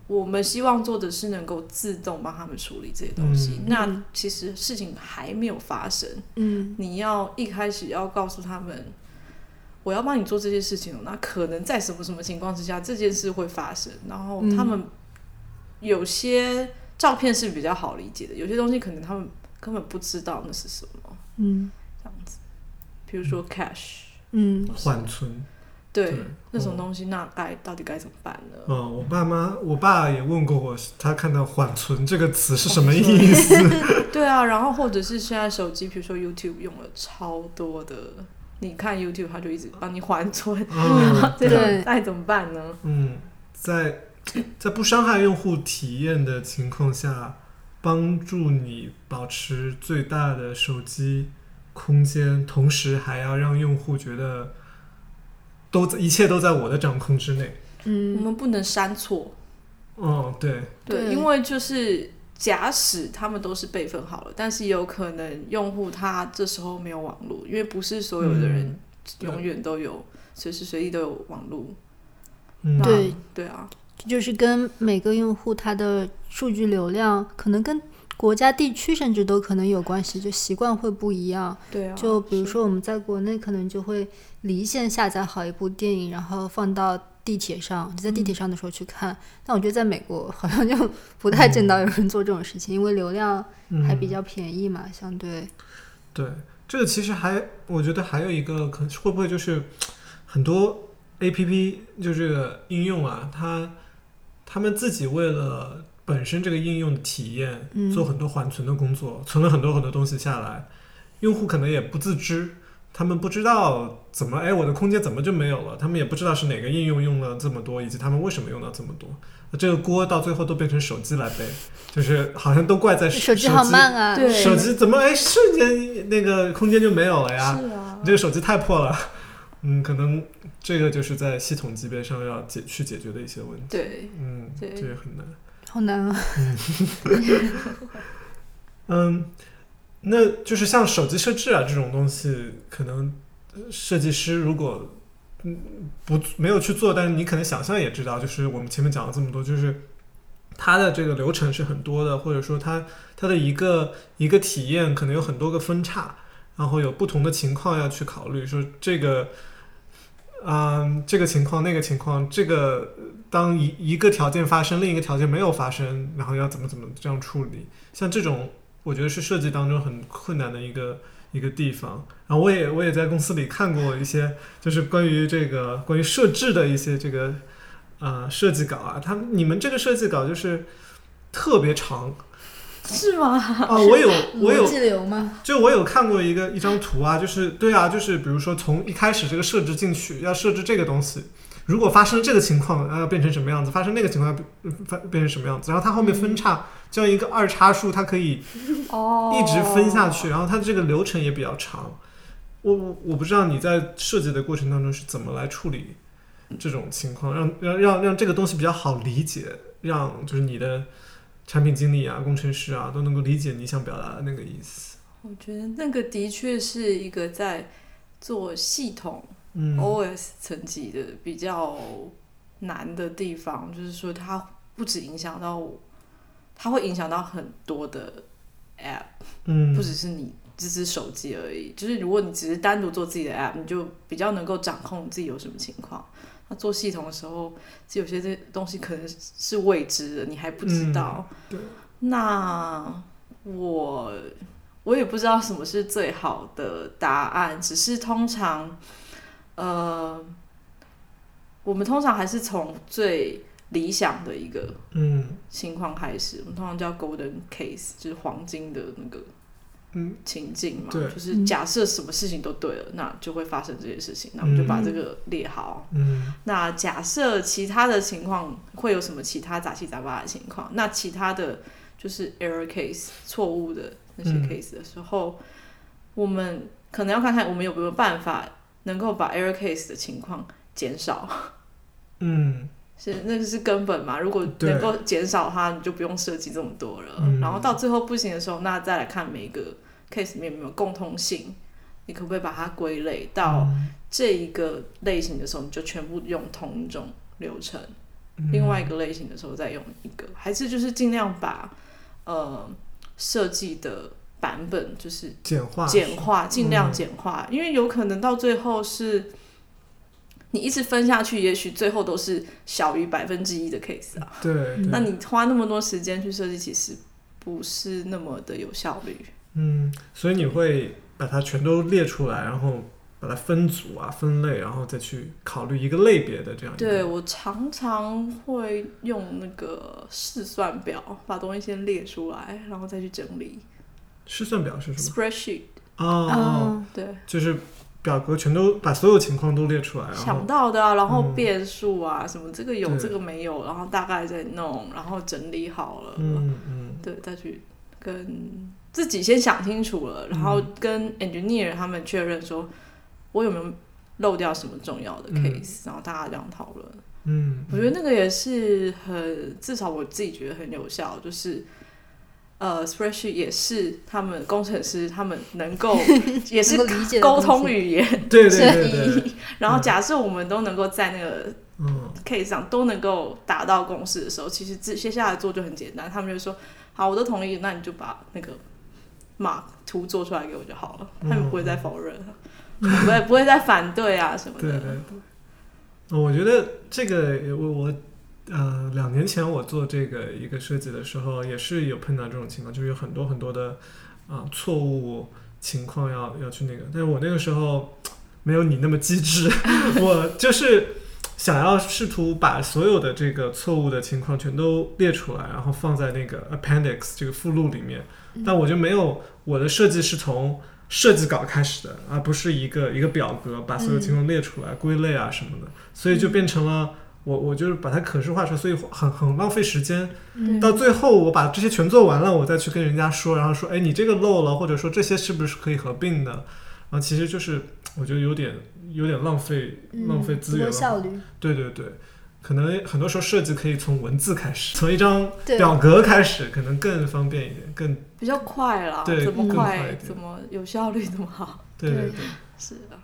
[SPEAKER 2] 我们希望做的是能够自动帮他们处理这些东西。
[SPEAKER 1] 嗯
[SPEAKER 2] 那其实事情还没有发生，
[SPEAKER 3] 嗯
[SPEAKER 2] 你要一开始要告诉他们，我要帮你做这些事情哦，那可能在什么什么情况之下这件事会发生。然后他们有些照片是比较好理解的，有些东西可能他们根本不知道那是什么，
[SPEAKER 3] 嗯
[SPEAKER 2] 这样子。比如说 cash，
[SPEAKER 3] 嗯
[SPEAKER 1] 缓存。
[SPEAKER 2] 对。
[SPEAKER 1] 对
[SPEAKER 2] 那种
[SPEAKER 1] 嗯
[SPEAKER 2] 东西，那该到底该怎么办呢？
[SPEAKER 1] 嗯，我爸妈，我爸也问过我，他看到“缓存”这个词是什么意
[SPEAKER 3] *laughs*
[SPEAKER 1] 思？
[SPEAKER 2] 对啊，然后或者是现在手机，比如说 YouTube 用了超多的，你看 YouTube 它就一直帮你缓
[SPEAKER 1] *laughs*
[SPEAKER 2] 存，
[SPEAKER 1] 嗯，
[SPEAKER 2] 这
[SPEAKER 3] 哦对
[SPEAKER 2] 种该怎么办呢？
[SPEAKER 1] 嗯，在在不伤害用户体验的情况下，帮助你保持最大的手机空间，同时还要让用户觉得都在一切都在我的掌控之内。
[SPEAKER 2] 我
[SPEAKER 3] 嗯，
[SPEAKER 2] 们不能删错，
[SPEAKER 1] 嗯，对，
[SPEAKER 2] 对，
[SPEAKER 3] 对
[SPEAKER 2] 因为就是假使他们都是备份好了，但是有可能用户他这时候没有网络，因为不是所有的
[SPEAKER 3] 嗯
[SPEAKER 2] 人
[SPEAKER 1] 对
[SPEAKER 2] 永远都有随时随地都有网络。
[SPEAKER 1] 嗯，
[SPEAKER 2] 那
[SPEAKER 3] 对，
[SPEAKER 2] 对啊，
[SPEAKER 3] 这就是跟每个用户他的数据流量，可能跟国家、地区甚至都可能有关系，就习惯会不一样。
[SPEAKER 2] 对啊，
[SPEAKER 3] 就比如
[SPEAKER 2] 是
[SPEAKER 3] 说我们在国内可能就会离线下载好一部电影，然后放到地铁上，就在地铁
[SPEAKER 1] 嗯
[SPEAKER 3] 上的时候去看。但我觉得在美国好像就 *laughs* 不太见到有人做这种事情，因为流量
[SPEAKER 1] 嗯
[SPEAKER 3] 还比较便宜嘛，相对。
[SPEAKER 1] 对，这个其实还，我觉得还有一个可能会不会就是很多 A P P 就这个应用啊，它他们自己为了本身这个应用的体验，
[SPEAKER 3] 嗯
[SPEAKER 1] 做很多缓存的工作，存了很多很多东西下来，用户可能也不自知。他们不知道怎么，哎，我的空间怎么就没有了？他们也不知道是哪个应用用了这么多，以及他们为什么用到这么多。那这个锅到最后都变成手机来背，就是好像都怪在
[SPEAKER 3] 手机好慢啊，
[SPEAKER 2] 对
[SPEAKER 1] 手机怎么哎瞬间那个空间就没有了呀？
[SPEAKER 2] 是啊
[SPEAKER 1] 你，这个手机太破了， *laughs* 嗯，可能这个就是在系统级别上要解去解决的一些问题，
[SPEAKER 2] 对，
[SPEAKER 1] 嗯，
[SPEAKER 2] 对
[SPEAKER 1] 这也很难，
[SPEAKER 3] 好难啊。
[SPEAKER 1] 嗯，那就是像手机设置啊这种东西，可能设计师如果嗯不没有去做，但是你可能想象也知道，就是我们前面讲了这么多，就是它的这个流程是很多的，或者说它它的一个一个体验可能有很多个分叉，然后有不同的情况要去考虑，说这个，嗯，这个情况那个情况，这个当一一个条件发生，另一个条件没有发生，然后要怎么怎么这样处理，像这种我觉得是设计当中很困难的一个。一个地方，然后我也我也在公司里看过一些，就是关于这个关于设置的一些这个呃设计稿啊，他们你们这个设计稿就是特别长
[SPEAKER 2] 是吗？
[SPEAKER 1] 啊，我有 *laughs* 我有
[SPEAKER 3] 逻辑流吗？
[SPEAKER 1] 就我有看过一个一张图啊，就是对啊，就是比如说从一开始这个设置进去，要设置这个东西，如果发生这个情况，呃，变成什么样子？发生那个情况，呃发变成什么样子？然后它后面分叉，这样一个二叉树，它可以
[SPEAKER 2] 哦
[SPEAKER 1] *laughs* 一直分下去，然后它这个流程也比较长。我我我不知道你在设计的过程当中是怎么来处理这种情况，让让让让这个东西比较好理解，让就是你的产品经理啊、工程师啊都能够理解你想表达的那个意思。
[SPEAKER 2] 我觉得那个的确是一个在做系统
[SPEAKER 1] 嗯，
[SPEAKER 2] OS 层级的比较难的地方，就是说它不只影响到我，它会影响到很多的 app，、
[SPEAKER 1] 嗯，
[SPEAKER 2] 不只是你这只手机而已。就是如果你只是单独做自己的 app，你就比较能够掌控自己有什么情况。那做系统的时候，就有些这东西可能是未知的，你还不知道。
[SPEAKER 1] 嗯
[SPEAKER 2] 那我我也不知道什么是最好的答案，只是通常，呃，我们通常还是从最理想的一个
[SPEAKER 1] 嗯
[SPEAKER 2] 情况开始，我们通常叫 golden case，就是黄金的那个
[SPEAKER 1] 嗯
[SPEAKER 2] 情境嘛，
[SPEAKER 1] 对
[SPEAKER 2] 就是假设什么事情都对了，那就会发生这些事情，那我们就把这个列好。
[SPEAKER 1] 嗯
[SPEAKER 2] 那假设其他的情况会有什么其他杂七杂八的情况？那其他的就是 error case 错误的那些
[SPEAKER 1] 嗯
[SPEAKER 2] case 的时候，我们可能要看看我们有没有办法能够把 error case 的情况减少，
[SPEAKER 1] 嗯
[SPEAKER 2] 是那个是根本嘛。如果
[SPEAKER 1] 对
[SPEAKER 2] 能够减少它，你就不用设计这么多了。
[SPEAKER 1] 嗯
[SPEAKER 2] 然后到最后不行的时候，那再来看每一个 case 里面有没有共通性，你可不可以把它归类到？
[SPEAKER 1] 嗯
[SPEAKER 2] 这一个类型的时候，你就全部用同一种流程；
[SPEAKER 1] 嗯
[SPEAKER 2] 另外一个类型的时候再用一个，还是就是尽量把呃设计的版本就是
[SPEAKER 1] 简化
[SPEAKER 2] 简
[SPEAKER 1] 嗯
[SPEAKER 2] 化，尽量简化，因为有可能到最后是你一直分下去，也许最后都是小于百分之一的 case 啊。
[SPEAKER 1] 对，对
[SPEAKER 2] 那你花那么多时间去设计，其实不是那么的有效率。
[SPEAKER 1] 嗯，所以你会把它全都列出来，然后把它分组啊、分类，然后再去考虑一个类别的这样一个。
[SPEAKER 2] 对我常常会用那个试算表把东西先列出来，然后再去整理
[SPEAKER 1] 试算表是什么？
[SPEAKER 2] spreadsheet。
[SPEAKER 1] 哦
[SPEAKER 2] 呃
[SPEAKER 1] 哦，
[SPEAKER 3] 嗯，
[SPEAKER 2] 对，
[SPEAKER 1] 就是表格全都把所有情况都列出来，然
[SPEAKER 2] 想
[SPEAKER 1] 后
[SPEAKER 2] 到的啊，然后
[SPEAKER 1] 嗯
[SPEAKER 2] 变数啊，什么这个有
[SPEAKER 1] 对
[SPEAKER 2] 这个没有，然后大概再弄，然后整理好了。
[SPEAKER 1] 嗯嗯，
[SPEAKER 2] 对，再去跟自己先想清楚了，然
[SPEAKER 3] 嗯
[SPEAKER 2] 后跟 engineer 他们确认说，我有没有漏掉什么重要的
[SPEAKER 1] 嗯
[SPEAKER 2] case，、然后大家这样讨论。
[SPEAKER 1] 嗯，
[SPEAKER 2] 我觉得那个也是很，至少我自己觉得很有效，就是。呃，spreadsheet 也是他们工程师他们能
[SPEAKER 3] *laughs*
[SPEAKER 2] 够也是
[SPEAKER 3] 能够理解的
[SPEAKER 2] 沟
[SPEAKER 3] 东
[SPEAKER 2] 通
[SPEAKER 3] 西嗯
[SPEAKER 2] 语言，
[SPEAKER 3] *laughs*
[SPEAKER 1] 对对对对，对
[SPEAKER 2] 然后假设我们都能够在那个
[SPEAKER 1] 嗯
[SPEAKER 2] case 上都能够达到共识的时候，其实这接下来做就很简单。他们就说：“好，我都同意，那你就把那个 mark 图做出来给我就好了。”
[SPEAKER 1] 嗯
[SPEAKER 2] 他们不会再否认，不会不会再反对啊什么
[SPEAKER 1] 对对
[SPEAKER 2] 的。
[SPEAKER 1] 对。呃我觉得这个也我我呃两年前我做这个一个设计的时候，也是有碰到这种情况，就是有很多很多的啊、错误情况要要去那个，但是我那个时候没有你那么机智，我就是想要试图把所有的这个错误的情况全都列出来，然后放在那个 appendix 这个附录里面，但我就没有我的设计是从设计稿开始的，而不是一个一个表格把所有情况列出来、归类啊什么的，所以就变成了。我我就是把它可视化出来，所以很很浪费时间。
[SPEAKER 3] 嗯
[SPEAKER 1] 到最后我把这些全做完了，我再去跟人家说，然后说，哎，你这个漏了，或者说这些是不是可以合并的？然后其实就是我觉得有点有点浪费
[SPEAKER 3] 嗯
[SPEAKER 1] 浪费资
[SPEAKER 3] 不
[SPEAKER 1] 源
[SPEAKER 3] 够
[SPEAKER 1] 了。
[SPEAKER 3] 效率，
[SPEAKER 1] 对对对，可能很多时候设计可以从文字开始，从一张
[SPEAKER 3] 对，
[SPEAKER 1] 表格开始，可能更方便一点，更
[SPEAKER 2] 比较快啦，
[SPEAKER 1] 对
[SPEAKER 2] 怎么
[SPEAKER 3] 更
[SPEAKER 1] 快一
[SPEAKER 2] 快
[SPEAKER 1] 点
[SPEAKER 2] 怎么有效率怎么好。
[SPEAKER 1] 对对
[SPEAKER 3] 对
[SPEAKER 1] 对。
[SPEAKER 2] 是啊，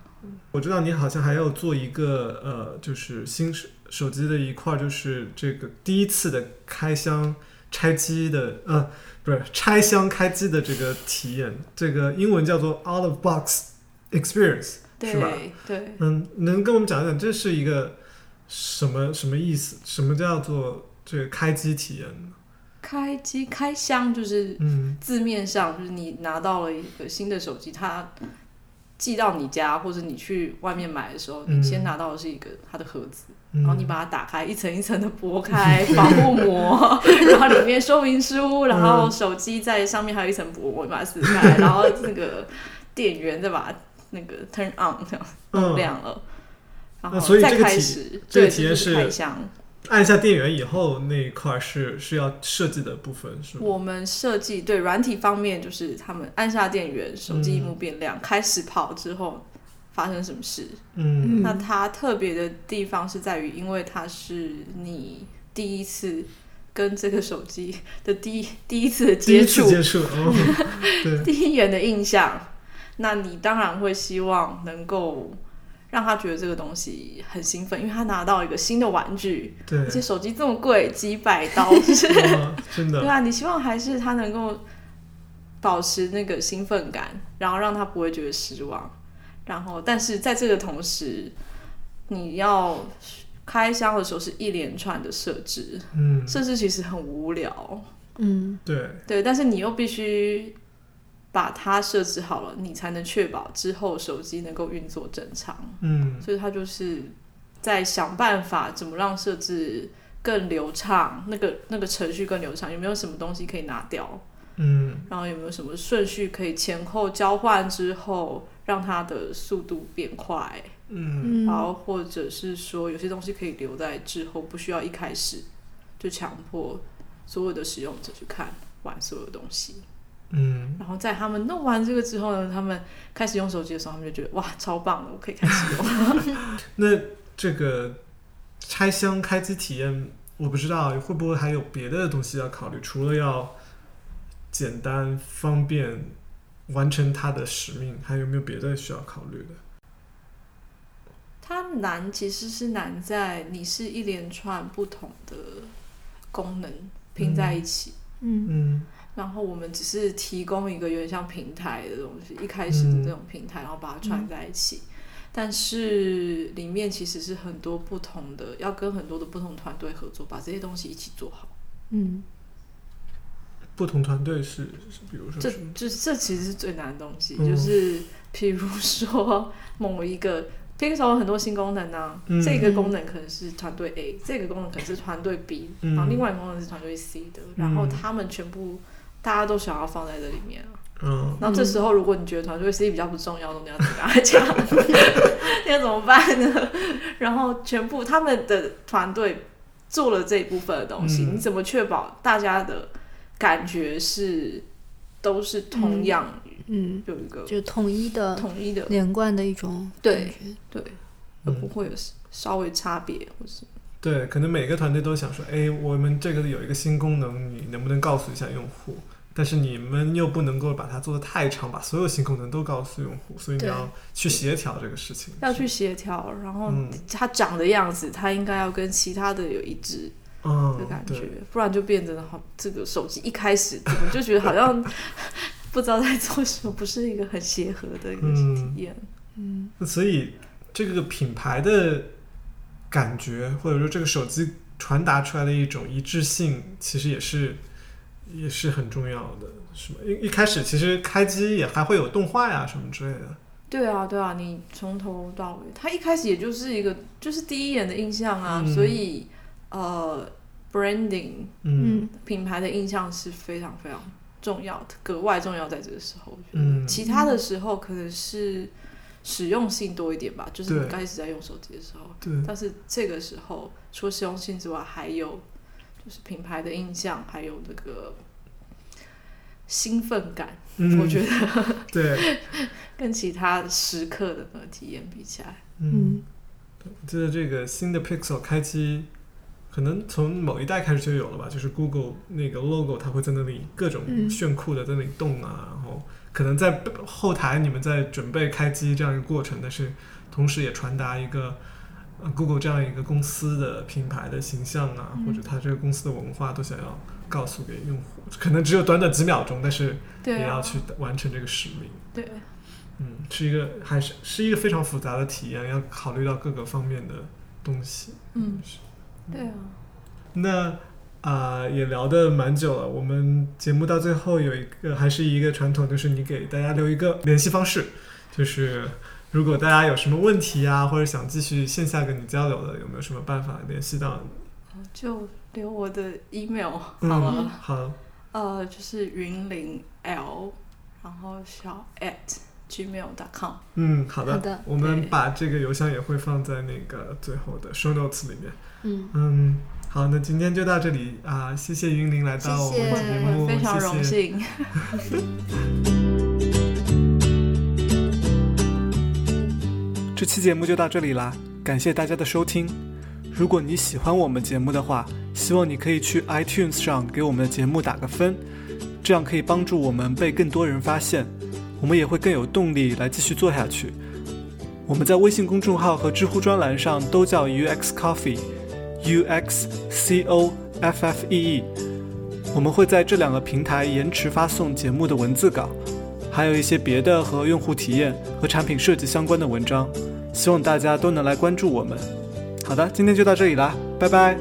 [SPEAKER 1] 我知道你好像还要做一个呃，就是新手手机的一块儿，就是这个第一次的开箱拆机的，呃，不是拆箱开机的这个体验，这个英文叫做 out of box experience，是吧
[SPEAKER 2] 对对。
[SPEAKER 1] 嗯，能跟我们讲讲这是一个什么什么意思？什么叫做这个开机体验呢？
[SPEAKER 2] 开机开箱就是
[SPEAKER 1] 嗯
[SPEAKER 2] 字面上就是你拿到了一个新的手机，它寄到你家或者你去外面买的时候，
[SPEAKER 1] 嗯
[SPEAKER 2] 你先拿到的是一个它的盒子。
[SPEAKER 1] 嗯，
[SPEAKER 2] 然哦后你把它打开，一层一层的剥开保护膜， *laughs* 然后里面说明书，然
[SPEAKER 1] 嗯
[SPEAKER 2] 后手机在上面还有一层薄膜，你把它撕开，然后那个电源再把它那个 turn on 这样弄亮了，
[SPEAKER 1] 嗯那
[SPEAKER 2] 然
[SPEAKER 1] 所
[SPEAKER 2] 后
[SPEAKER 1] 以这
[SPEAKER 2] 再
[SPEAKER 1] 个
[SPEAKER 2] 开
[SPEAKER 1] 体
[SPEAKER 2] 始，
[SPEAKER 1] 这个
[SPEAKER 2] 对，
[SPEAKER 1] 体
[SPEAKER 2] 这
[SPEAKER 1] 验
[SPEAKER 2] 就是开箱。
[SPEAKER 1] 按下电源以后那一块儿是是要设计的部分是吗？
[SPEAKER 2] 我们设计对软体方面，就是他们按下电源，手
[SPEAKER 1] 嗯
[SPEAKER 2] 机屏幕变亮，开始跑之后发生什么事？
[SPEAKER 1] 嗯
[SPEAKER 3] 嗯
[SPEAKER 2] 那它特别的地方是在于，因为它是你第一次跟这个手机的第一第一次的
[SPEAKER 1] 第一
[SPEAKER 2] 接
[SPEAKER 1] 次
[SPEAKER 2] 触，
[SPEAKER 1] 接触哦，对，
[SPEAKER 2] 第一眼的印象，那你当然会希望能够让他觉得这个东西很兴奋，因为他拿到一个新的玩具，
[SPEAKER 1] 对
[SPEAKER 2] *laughs* 而，且手机这么贵，几百
[SPEAKER 1] *laughs*
[SPEAKER 2] 刀，就是
[SPEAKER 1] 哇真
[SPEAKER 2] 对
[SPEAKER 1] 的，
[SPEAKER 2] 啊，你希望还是他能够保持那个兴奋感，然后让他不会觉得失望。然后，但是在这个同时，你要开箱的时候是一连串的设置，
[SPEAKER 1] 嗯，
[SPEAKER 2] 设置其实很无聊，
[SPEAKER 3] 嗯
[SPEAKER 1] 对，
[SPEAKER 2] 对，但是你又必须把它设置好了，你才能确保之后手机能够运作正常。
[SPEAKER 1] 嗯
[SPEAKER 2] 所以他就是在想办法怎么让设置更流畅，那个那个程序更流畅，有没有什么东西可以拿掉，
[SPEAKER 1] 嗯
[SPEAKER 2] 然后有没有什么顺序可以前后交换之后让它的速度变快，
[SPEAKER 1] 嗯
[SPEAKER 3] 嗯
[SPEAKER 2] 然后或者是说有些东西可以留在之后，不需要一开始就强迫所有的使用者去看完所有东西。
[SPEAKER 1] 嗯，
[SPEAKER 2] 然后在他们弄完这个之后呢，他们开始用手机的时候，他们就觉得哇超棒了，我可以开始用。
[SPEAKER 1] 那这个拆箱开机体验，我不知道会不会还有别的东西要考虑，除了要简单方便完成它的使命，还有没有别的需要考虑的？
[SPEAKER 2] 它难其实是难在你是一连串不同的功能拼在一起，
[SPEAKER 3] 嗯
[SPEAKER 1] 嗯
[SPEAKER 2] 然后我们只是提供一个有点像平台的东西，一开始
[SPEAKER 1] 嗯
[SPEAKER 2] 的这种平台，然后把它串在一起。但是里面其实是很多不同的，要跟很多的不同团队合作，把这些东西一起做好。
[SPEAKER 3] 嗯
[SPEAKER 1] 不同团队是，是比如说
[SPEAKER 2] 这
[SPEAKER 1] 什么？
[SPEAKER 2] 就是这其实是最难的东西，
[SPEAKER 1] 嗯
[SPEAKER 2] 就是比如说某一个 Pixel 有很多新功能啊，
[SPEAKER 1] 嗯
[SPEAKER 2] 这个功能可能是团队 A，这个功能可能是团队 B，、
[SPEAKER 1] 嗯
[SPEAKER 2] 然后另外一个功能是团队 C 的，然后他们全部大家都想要放在这里面啊。
[SPEAKER 1] 嗯
[SPEAKER 2] 然后这时候如果你觉得团队 C 比较不重要，那你要怎么跟他讲？ *laughs* 你要怎么办呢？ *laughs* 然后全部他们的团队做了这一部分的东西，
[SPEAKER 1] 嗯
[SPEAKER 2] 你怎么确保大家的感觉是都是同样
[SPEAKER 3] 嗯，
[SPEAKER 2] 有一个
[SPEAKER 3] 就统一的、
[SPEAKER 2] 统一的，
[SPEAKER 3] 连贯的一种
[SPEAKER 2] 对
[SPEAKER 3] 感觉
[SPEAKER 2] 对，而
[SPEAKER 1] 嗯
[SPEAKER 2] 不会有稍微差别，或是
[SPEAKER 1] 对，可能每个团队都想说，哎，我们这个有一个新功能，你能不能告诉一下用户？但是你们又不能够把它做的太长，把所有新功能都告诉用户，所以你
[SPEAKER 3] 对
[SPEAKER 1] 要去协调这个事情。
[SPEAKER 2] 要去协调，然后
[SPEAKER 1] 嗯
[SPEAKER 2] 它长的样子，它应该要跟其他的有一致
[SPEAKER 1] 嗯
[SPEAKER 2] 的感觉，
[SPEAKER 1] 对，
[SPEAKER 2] 不然就变成好这个手机一开始怎么就觉得
[SPEAKER 1] *laughs*
[SPEAKER 2] 好像不知道在做什么，不是一个很协和的一个体
[SPEAKER 1] 嗯
[SPEAKER 2] 验。
[SPEAKER 3] 嗯
[SPEAKER 1] 那所以这个品牌的感觉，或者说这个手机传达出来的一种一致性，其实也是也是很重要的，是吗？一一开始其实开机也还会有动画呀什么之类的，
[SPEAKER 2] 对啊，对啊，你从头到尾，他一开始也就是一个，就是第一眼的印象啊，
[SPEAKER 1] 嗯
[SPEAKER 2] 所以呃，branding
[SPEAKER 1] 嗯
[SPEAKER 3] 嗯
[SPEAKER 2] 品牌的印象是非常非常重要的，格外重要在这个时候。我觉得
[SPEAKER 1] 嗯
[SPEAKER 2] 其他的时候可能是实用性多一点吧，就是
[SPEAKER 1] 对
[SPEAKER 2] 你刚开始在用手机的时候，
[SPEAKER 1] 对，
[SPEAKER 2] 但是这个时候除了实用性之外，还有就是品牌的印象，还有那个兴奋感，
[SPEAKER 1] 嗯，
[SPEAKER 2] 我觉得
[SPEAKER 1] 对，
[SPEAKER 2] 跟其他时刻的那个体验比起来。
[SPEAKER 1] 嗯，
[SPEAKER 3] 嗯
[SPEAKER 1] 我记得这个新的 Pixel 开机。可能从某一代开始就有了吧，就是 Google 那个 logo，它会在那里各种
[SPEAKER 3] 嗯
[SPEAKER 1] 炫酷的在那里动啊，然后可能在后台你们在准备开机这样一个过程，但是同时也传达一个呃 Google 这样一个公司的品牌的形象啊，
[SPEAKER 3] 嗯
[SPEAKER 1] 或者它这个公司的文化都想要告诉给用户，可能只有短短几秒钟，但是
[SPEAKER 2] 对、啊，
[SPEAKER 1] 也要去完成这个使命。
[SPEAKER 2] 对，
[SPEAKER 1] 嗯，是一个还是是一个非常复杂的体验，要考虑到各个方面的东西。
[SPEAKER 2] 嗯
[SPEAKER 1] 是，
[SPEAKER 2] 对啊，
[SPEAKER 1] 那啊、也聊得蛮久了，我们节目到最后有一个还是一个传统，就是你给大家留一个联系方式，就是如果大家有什么问题啊，或者想继续线下跟你交流的，有没有什么办法联系到你？
[SPEAKER 2] 就留我的 email 好啊
[SPEAKER 1] 嗯
[SPEAKER 2] 了，
[SPEAKER 1] 好，
[SPEAKER 2] 呃，就是云林 L，然后小 at gmail.com，
[SPEAKER 1] 嗯，好的，
[SPEAKER 3] 好的
[SPEAKER 1] 我们
[SPEAKER 2] 对
[SPEAKER 1] 把这个邮箱也会放在那个最后的 show notes 里面。
[SPEAKER 3] 嗯，
[SPEAKER 1] 嗯，好，那今天就到这里啊、谢谢云林来到我
[SPEAKER 3] 谢谢
[SPEAKER 1] 们节目，
[SPEAKER 2] 我非常
[SPEAKER 1] 谢
[SPEAKER 2] 荣
[SPEAKER 1] 谢。
[SPEAKER 2] 幸。
[SPEAKER 1] 这期节目就到这里啦，感谢大家的收听。如果你喜欢我们节目的话，希望你可以去 iTunes 上给我们的节目打个分，这样可以帮助我们被更多人发现，我们也会更有动力来继续做下去。我们在微信公众号和知乎专栏上都叫 UX Coffee，U X C O F F E E。我们会在这两个平台延迟发送节目的文字稿，还有一些别的和用户体验和产品设计相关的文章，希望大家都能来关注我们。好的，今天就到这里啦，拜拜。